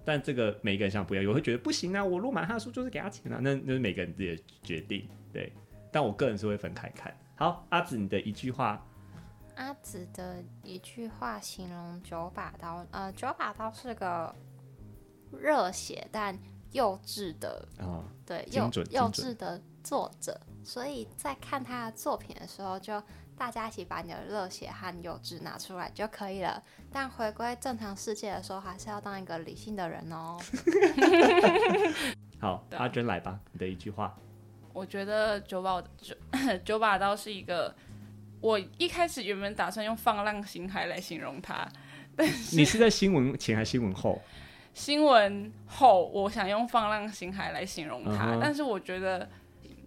[SPEAKER 2] 但这个每个人想不一样，有人会觉得不行啊，我如果买他的书就是给他钱啊，那那是每个人自己的决定。对，但我个人是会分开看。好，阿紫，你的一句话，
[SPEAKER 3] 阿紫的一句话形容九把刀，呃，九把刀是个热血但幼稚的，
[SPEAKER 2] 啊、
[SPEAKER 3] 对
[SPEAKER 2] 精
[SPEAKER 3] 幼
[SPEAKER 2] 准精
[SPEAKER 3] 幼
[SPEAKER 2] 准
[SPEAKER 3] 稚的作者，所以在看他的作品的时候，就大家一起把你的热血和幼稚拿出来就可以了。但回归正常世界的时候，还是要当一个理性的人哦。
[SPEAKER 2] 好，
[SPEAKER 4] 对啊
[SPEAKER 2] 阿珍来吧，你的一句话，
[SPEAKER 4] 我觉得九把九 九把刀是一个，我一开始原本打算用放浪形骸来形容它，
[SPEAKER 2] 你是在新闻前还是新闻后？
[SPEAKER 4] 新闻后，我想用放浪形骸来形容它
[SPEAKER 2] 嗯哼
[SPEAKER 4] 但是我觉得，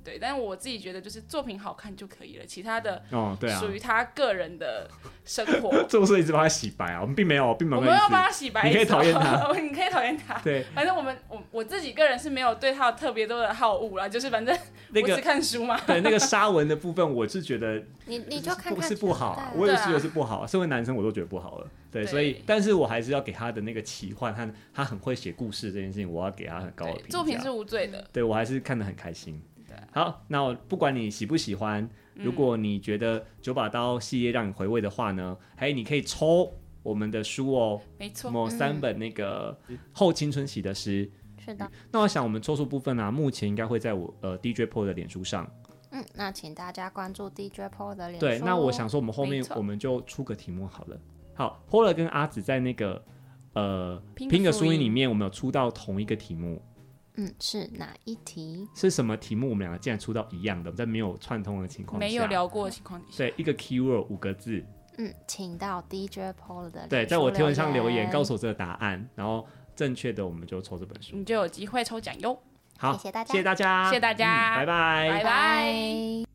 [SPEAKER 4] 对，但我自己觉得就是作品好看就可以了，其他的
[SPEAKER 2] 哦，对啊，
[SPEAKER 4] 属于他个人的生活，
[SPEAKER 2] 这不是一直把他洗白啊，我们并没有，并没
[SPEAKER 4] 我
[SPEAKER 2] 有
[SPEAKER 4] 没
[SPEAKER 2] 那意
[SPEAKER 4] 有
[SPEAKER 2] 思。
[SPEAKER 4] 帮他洗白，
[SPEAKER 2] 你可以讨厌他，
[SPEAKER 4] 你可以讨厌他。
[SPEAKER 2] 对，
[SPEAKER 4] 反正我们我我自己个人是没有对他有特别多的好恶啦，就是反正
[SPEAKER 2] 那
[SPEAKER 4] 我
[SPEAKER 2] 个
[SPEAKER 4] 只看书嘛，
[SPEAKER 2] 对那个沙文的部分，我是觉得
[SPEAKER 3] 你你就看
[SPEAKER 2] 不
[SPEAKER 3] 看
[SPEAKER 2] 是不好啊，我
[SPEAKER 3] 也
[SPEAKER 2] 也
[SPEAKER 4] 对
[SPEAKER 2] 是
[SPEAKER 4] 啊
[SPEAKER 2] 觉得是不好啊。身为男生，我都觉得不好了。对，
[SPEAKER 4] 对
[SPEAKER 2] 所以，但是我还是要给他的那个奇幻和他很会写故事这件事情，我要给他很高的
[SPEAKER 4] 对
[SPEAKER 2] 评价。
[SPEAKER 4] 作品是啊无罪的，
[SPEAKER 2] 对我还是看得很开心。好，那我不管你喜不喜欢，嗯
[SPEAKER 4] 嗯
[SPEAKER 2] 如果你觉得九把刀系列让你回味的话呢，还有你可以抽我们的书哦，
[SPEAKER 4] 没错，
[SPEAKER 2] 某三本那个后青春期的诗。
[SPEAKER 3] 是的，
[SPEAKER 2] 那我想我们抽出部分啊，目前应该会在我呃 DJ p o 的脸书上。
[SPEAKER 3] 嗯，那请大家关注 DJ Paul 的脸
[SPEAKER 2] 对，
[SPEAKER 3] 书
[SPEAKER 2] 那我
[SPEAKER 3] 哦
[SPEAKER 2] 想说，我们后面
[SPEAKER 4] 没错
[SPEAKER 2] 我们就出个题目好了。好 p o l 跟阿紫在那个呃
[SPEAKER 4] 拼个
[SPEAKER 2] 拼个
[SPEAKER 4] 输
[SPEAKER 2] 输赢
[SPEAKER 4] 赢
[SPEAKER 2] 里面，我们有出到同一个题目，
[SPEAKER 3] 嗯，是哪一题？
[SPEAKER 2] 是什么题目？我们两个竟然出到一样的，我们在没有串通的情况下，
[SPEAKER 4] 没有聊过的情况底下，
[SPEAKER 2] 对一个 keyword 五个字，
[SPEAKER 3] 嗯，请到 DJ Paul 的
[SPEAKER 2] 对，
[SPEAKER 3] 脸
[SPEAKER 2] 在我
[SPEAKER 3] 书
[SPEAKER 2] 贴文上留言，告
[SPEAKER 3] 言
[SPEAKER 2] 诉我这个答案，然后正确的我们就抽这本书。
[SPEAKER 4] 你就有机会抽奖哟，
[SPEAKER 2] 好，
[SPEAKER 3] 谢谢大家
[SPEAKER 2] 谢谢大家，
[SPEAKER 4] 谢谢大家
[SPEAKER 2] 嗯拜拜，
[SPEAKER 4] 拜
[SPEAKER 3] 拜拜